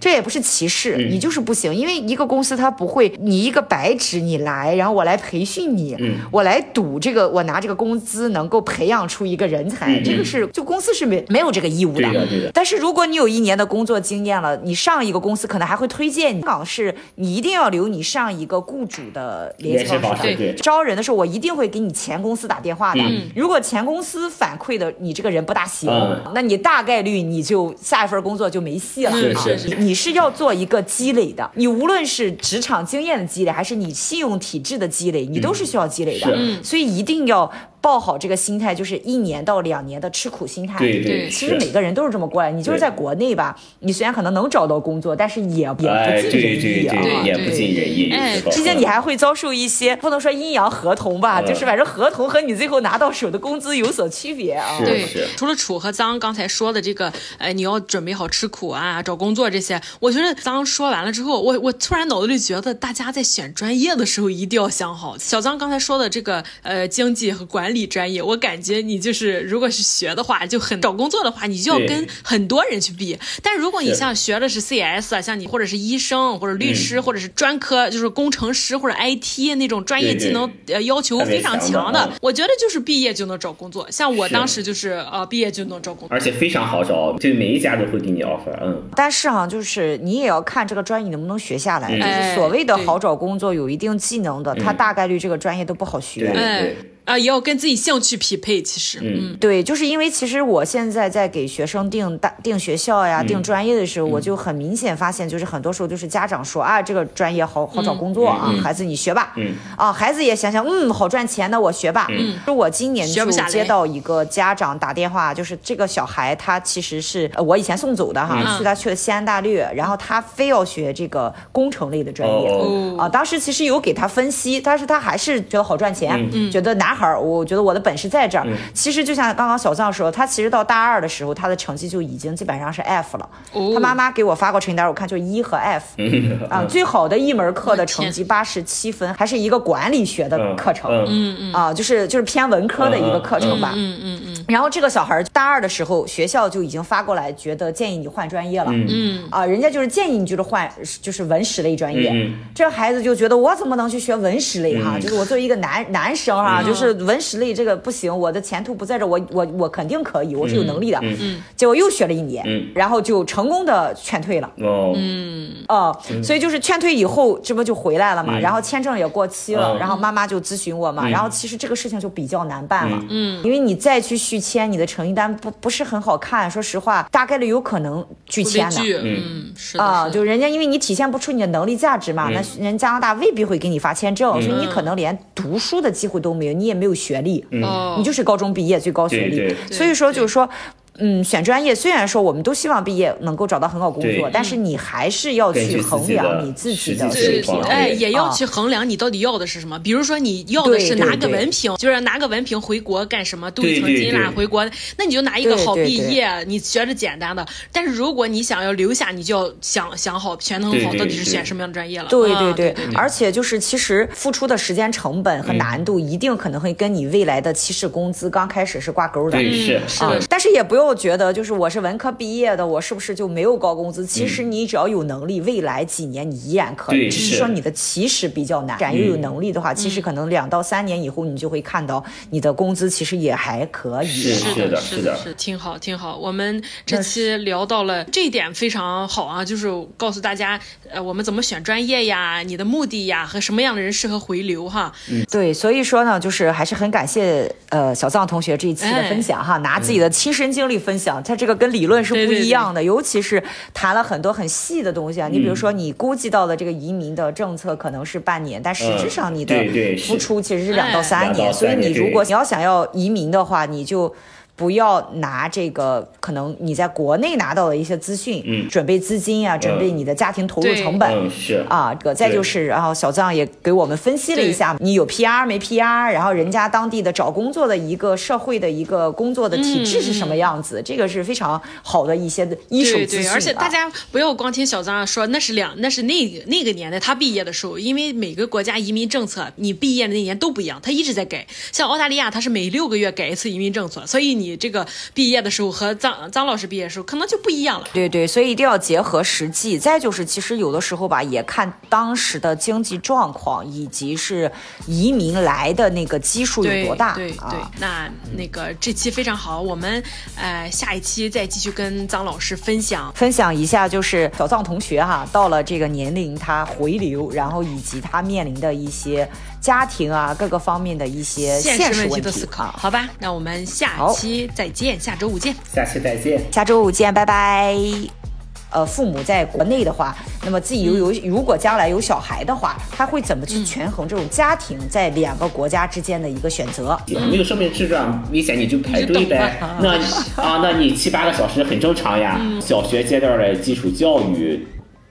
Speaker 3: 这也不是歧视，你就是不行。因为一个公司它不会，你一个白纸你来，然后我来培训你，
Speaker 1: 嗯
Speaker 3: 我来赌这个，我拿这个工资能够培养出一个人才，这个是就公司是没没有这个义务
Speaker 1: 嗯对的对的
Speaker 3: 但是如果你有一年的工作经验了，你上一个公司可能还会推荐你。香港是你一定要留你上一个雇主的联系
Speaker 1: 联系
Speaker 3: 方
Speaker 1: 方式
Speaker 3: 式的。
Speaker 1: 对
Speaker 3: 招人的时候，我一定会给你前公司打电话的。如果前公司反馈的你这个人不大行，
Speaker 1: 嗯
Speaker 3: 那你大概率你就下一份工作就没戏了。
Speaker 2: 是
Speaker 3: 啊
Speaker 2: 是是
Speaker 3: 你是要做一个积累的，你无论是职场经验的积累，还是你信用体制的积累，你都是需要积累
Speaker 1: 嗯
Speaker 3: 的。
Speaker 1: 是
Speaker 2: 嗯
Speaker 3: 所以一定要抱好这个心态，就是一年到两年的吃苦心态。
Speaker 1: 对
Speaker 2: 对
Speaker 3: 其
Speaker 1: 是
Speaker 3: 实每个人都是这么过来，你就是
Speaker 1: 对
Speaker 3: 在国内吧，你虽然可能能找到工作，但是也也不尽
Speaker 1: 哎对
Speaker 3: 人
Speaker 1: 对
Speaker 3: 意啊。
Speaker 1: 对也不
Speaker 2: 对
Speaker 1: 尽人意，有
Speaker 2: 哎
Speaker 1: 时候
Speaker 3: 毕竟你还会遭受一些不能说阴阳合同吧，
Speaker 1: 嗯
Speaker 3: 就是反正合同和你最后拿到手的工资有所区别啊。
Speaker 1: 是
Speaker 2: 哦对
Speaker 1: 是，
Speaker 2: 除了楚和脏刚才说的这个，呃，你要准备好吃苦啊，找工作这些，我觉得脏说完了之后，我我突然脑子里觉得，大家在选专业的时候一定要想好。小脏刚才说的这个，呃，经济和管理专业，我感觉你就是如果是学的话，就很找工作的话，你就要跟
Speaker 1: 对
Speaker 2: 很多人去比。但如果你
Speaker 1: 是
Speaker 2: 像学的是 CS 啊，像你或者是医生或者律师、或者是专科，就是工程师或者 IT 那种专业
Speaker 1: 对对
Speaker 2: 技能呃要求
Speaker 1: 特别
Speaker 2: 非常
Speaker 1: 强的
Speaker 2: 强的
Speaker 1: 嗯，
Speaker 2: 我觉得就是毕业就能找工作。像我
Speaker 1: 是
Speaker 2: 当时就是呃毕业就能找工作。
Speaker 1: 而且非常好找，对每一家都会给你 offer，嗯，
Speaker 3: 但是哈、就是你也要看这个专业能不能学下来。
Speaker 1: 嗯
Speaker 3: 就是所谓的
Speaker 2: 哎对
Speaker 3: 好找工作、有一定技能的，他大概率这个专业都不好学。
Speaker 1: 对
Speaker 2: 哎啊、也要跟自己兴趣匹配。其实，嗯，
Speaker 3: 对，就是因为其实我现在在给学生定大定学校呀、
Speaker 1: 嗯
Speaker 3: 定专业的时候，我就很明显发现，就是很多时候就是家长说啊，这个专业好好找工作啊，
Speaker 1: 嗯
Speaker 3: 孩子你学吧，啊，孩子也想想，嗯，好赚钱，那我学吧。嗯，就我今年
Speaker 2: 学
Speaker 3: 就
Speaker 2: 不下来
Speaker 3: 接到一个家长打电话，就是这个小孩他其实是呃我以前送走的
Speaker 1: 嗯
Speaker 3: 哈，去他去了西安大略，然后他非要学这个工程类的专业。
Speaker 1: 哦
Speaker 2: 哦
Speaker 3: 啊，当时其实有给他分析，但是他还是觉得好赚
Speaker 1: 嗯
Speaker 3: 钱，觉得男孩儿，我觉得我的本事在这儿。其实就像刚刚小藏说，他其实到大二的时候，他的成绩就已经基本上是 F 了。
Speaker 2: 哦
Speaker 3: 他妈妈给我发过成绩单，我看就一和 F、啊，
Speaker 1: 嗯
Speaker 3: 最好的一门课的成绩八十七分，还是一个管理学的 课程。
Speaker 1: 嗯，
Speaker 3: 啊，就是就是偏文科的一个课程吧。
Speaker 2: 嗯嗯嗯，
Speaker 3: 然后这个小孩儿大二的时候，学校就已经发过来，觉得建议你换专业了。嗯啊，人家就是建议你就是换就是文史类专业。
Speaker 1: 嗯
Speaker 3: 这孩子就觉得我怎么能去学文史类哈、就是我作为一个男男生哈、就是文史类这个不行，我的前途不在这儿，我我我肯定可以，我是有能力的。嗯结果又学了一年，
Speaker 1: 嗯
Speaker 3: 然后就成功的劝退了。
Speaker 1: 哦，
Speaker 3: 哦，所以就是劝退以后，这不就回来了嘛，然后签证也过期了，
Speaker 1: 嗯
Speaker 3: 然后妈妈就咨询我嘛，然后其实这个事情就比较难办了，嗯，因为你再去续签，你的成绩单不不是很好看，说实话，大概率有可能拒签
Speaker 2: 悲
Speaker 3: 的。
Speaker 2: 剧，嗯，是的，
Speaker 3: 啊，
Speaker 2: 是的
Speaker 3: 就人家因为你体现不出你的能力价值嘛，那人加拿大未必会给你发签证，所以你可能连读书的机会都没有，你也没有学历，
Speaker 2: 哦
Speaker 3: 你就是高中毕业最高学历
Speaker 1: 对，
Speaker 2: 对
Speaker 3: 所以说就是说。嗯，选专业虽然说我们都希望毕业能够找到很好工作
Speaker 1: 对，
Speaker 3: 但是你还是要
Speaker 1: 根据
Speaker 3: 去
Speaker 1: 自己的
Speaker 3: 衡量你自己的
Speaker 1: 实际情
Speaker 2: 对
Speaker 3: 水平
Speaker 1: 况。，
Speaker 2: 哎，
Speaker 1: 对
Speaker 2: 也要
Speaker 3: 啊
Speaker 2: 去衡量你到底要的是什么。比如说，你要的是
Speaker 3: 对对
Speaker 2: 拿个
Speaker 3: 对
Speaker 2: 文凭，就是拿个文凭回国干什么，镀
Speaker 1: 对
Speaker 2: 一层
Speaker 1: 对
Speaker 2: 金啦，
Speaker 1: 对
Speaker 2: 回国，那你就拿一个
Speaker 3: 对
Speaker 2: 好
Speaker 3: 对
Speaker 2: 毕
Speaker 3: 对
Speaker 2: 业，你学着简单的。但是如果你想要留下，你就要想想好权衡
Speaker 1: 对
Speaker 2: 好
Speaker 1: 对
Speaker 2: 到底是
Speaker 1: 对
Speaker 2: 选什么样的专业了。
Speaker 3: 对
Speaker 2: 啊
Speaker 3: 对对，而且就是其实付出的时间成本
Speaker 1: 嗯
Speaker 3: 和难度一定可能会跟你未来的起始工资刚开始是挂钩的。
Speaker 1: 对是
Speaker 2: 是
Speaker 3: 啊
Speaker 2: 的，
Speaker 3: 但是也不用觉得就是我是文科毕业的，我是不是就没有高工资？其实你只要有能力，未来几年你依然可以，
Speaker 1: 对
Speaker 3: 只是
Speaker 1: 是
Speaker 3: 说你的起始比较难。敢又有能力的话，其实可能两到三年以后，你就会看到你的工资其实也还可以。
Speaker 1: 是
Speaker 2: 是
Speaker 1: 的
Speaker 2: 是
Speaker 1: 是的
Speaker 2: 是挺好，挺好。我们这期聊到了这一点非常好啊，就是告诉大家，呃，我们怎么选专业呀，你的目的呀，和什么样的人适合回流哈。
Speaker 3: 对，所以说呢，就是还是很感谢呃小藏同学这一期
Speaker 1: 哎
Speaker 3: 的分享哈，拿
Speaker 1: 嗯
Speaker 3: 自己的亲身经历分享，他这个跟理论是不一样的，尤其是谈了很多很细的东西啊。你比如
Speaker 1: 嗯
Speaker 3: 说，你估计到的这个移民的政策可能是半年，但实质上你的
Speaker 1: 嗯对对是
Speaker 3: 付出其实是两到
Speaker 1: 哎
Speaker 3: 三
Speaker 1: 两
Speaker 3: 年，
Speaker 1: 到
Speaker 3: 所以
Speaker 1: 三年
Speaker 3: 你如
Speaker 1: 对
Speaker 3: 果你要想要移民的话，你就。不要拿这个可能你在国内拿到的一些资讯，
Speaker 1: 嗯
Speaker 3: 准备资金啊，准备你的家庭投入
Speaker 2: 对
Speaker 3: 成本，
Speaker 1: 嗯是，
Speaker 3: 啊，这个再
Speaker 1: 对
Speaker 3: 就是，然后小藏也给我们分析了一下，你有 PR 没 PR，然后人家当地的找工作的一个社会的一个工作的体制是什么样子，这个是非常好的一些的一
Speaker 2: 嗯
Speaker 3: 手
Speaker 2: 对
Speaker 3: 资讯、
Speaker 2: 对，
Speaker 3: 啊、
Speaker 2: 而且大家不要光听小张说那是两，那是那个那个年代他毕业的时候，因为每个国家移民政策，你毕业的那年都不一样，他一直在改。像澳大利亚，它是每六个月改一次移民政策，所以你这个毕业的时候和张张老师毕业的时候可能就不一样了。
Speaker 3: 对对，所以一定要结合实际。再就是，其实有的时候吧，也看当时的经济状况，以及是移民来的那个基数有
Speaker 2: 对
Speaker 3: 多大
Speaker 2: 对对，
Speaker 3: 啊。
Speaker 2: 那那个这期非常好，我们呃下一期再继续跟张老师分享。
Speaker 3: 分享一下，就是小藏同学哈，到了这个年龄，他回流，然后以及他面临的一些家庭啊各个方面的一些
Speaker 2: 现
Speaker 3: 现
Speaker 2: 实
Speaker 3: 实
Speaker 2: 问题
Speaker 3: 问
Speaker 2: 的
Speaker 3: 题
Speaker 2: 思考，
Speaker 3: 啊。
Speaker 2: 好吧？那我们下
Speaker 3: 好
Speaker 2: 期再见，下周五见。
Speaker 1: 下期再见。
Speaker 3: 下周五见，拜拜。呃，父母在国内的话，那么自己有有，
Speaker 2: 嗯
Speaker 3: 如果将来有小孩的话，他会怎么去权衡这种家庭在两个国家之间的一个选择？
Speaker 1: 没有生命质状危险，你就排队呗。那啊，那你七八个小时很正常呀。小学阶段的基础教育，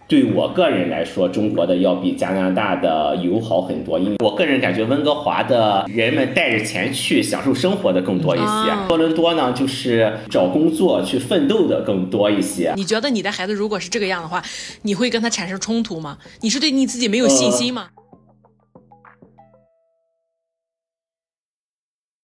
Speaker 1: 对我个人来说，中国的要比加拿大的友好很多，因为我个人感觉温哥华的人们带着钱去享受生活的更多一些
Speaker 2: 啊，
Speaker 1: 多伦多呢就是找工作去奋斗的更多一些。
Speaker 2: 你觉得你的孩子如果是这个样的话，你会跟他产生冲突吗？你是对你自己没有信心吗？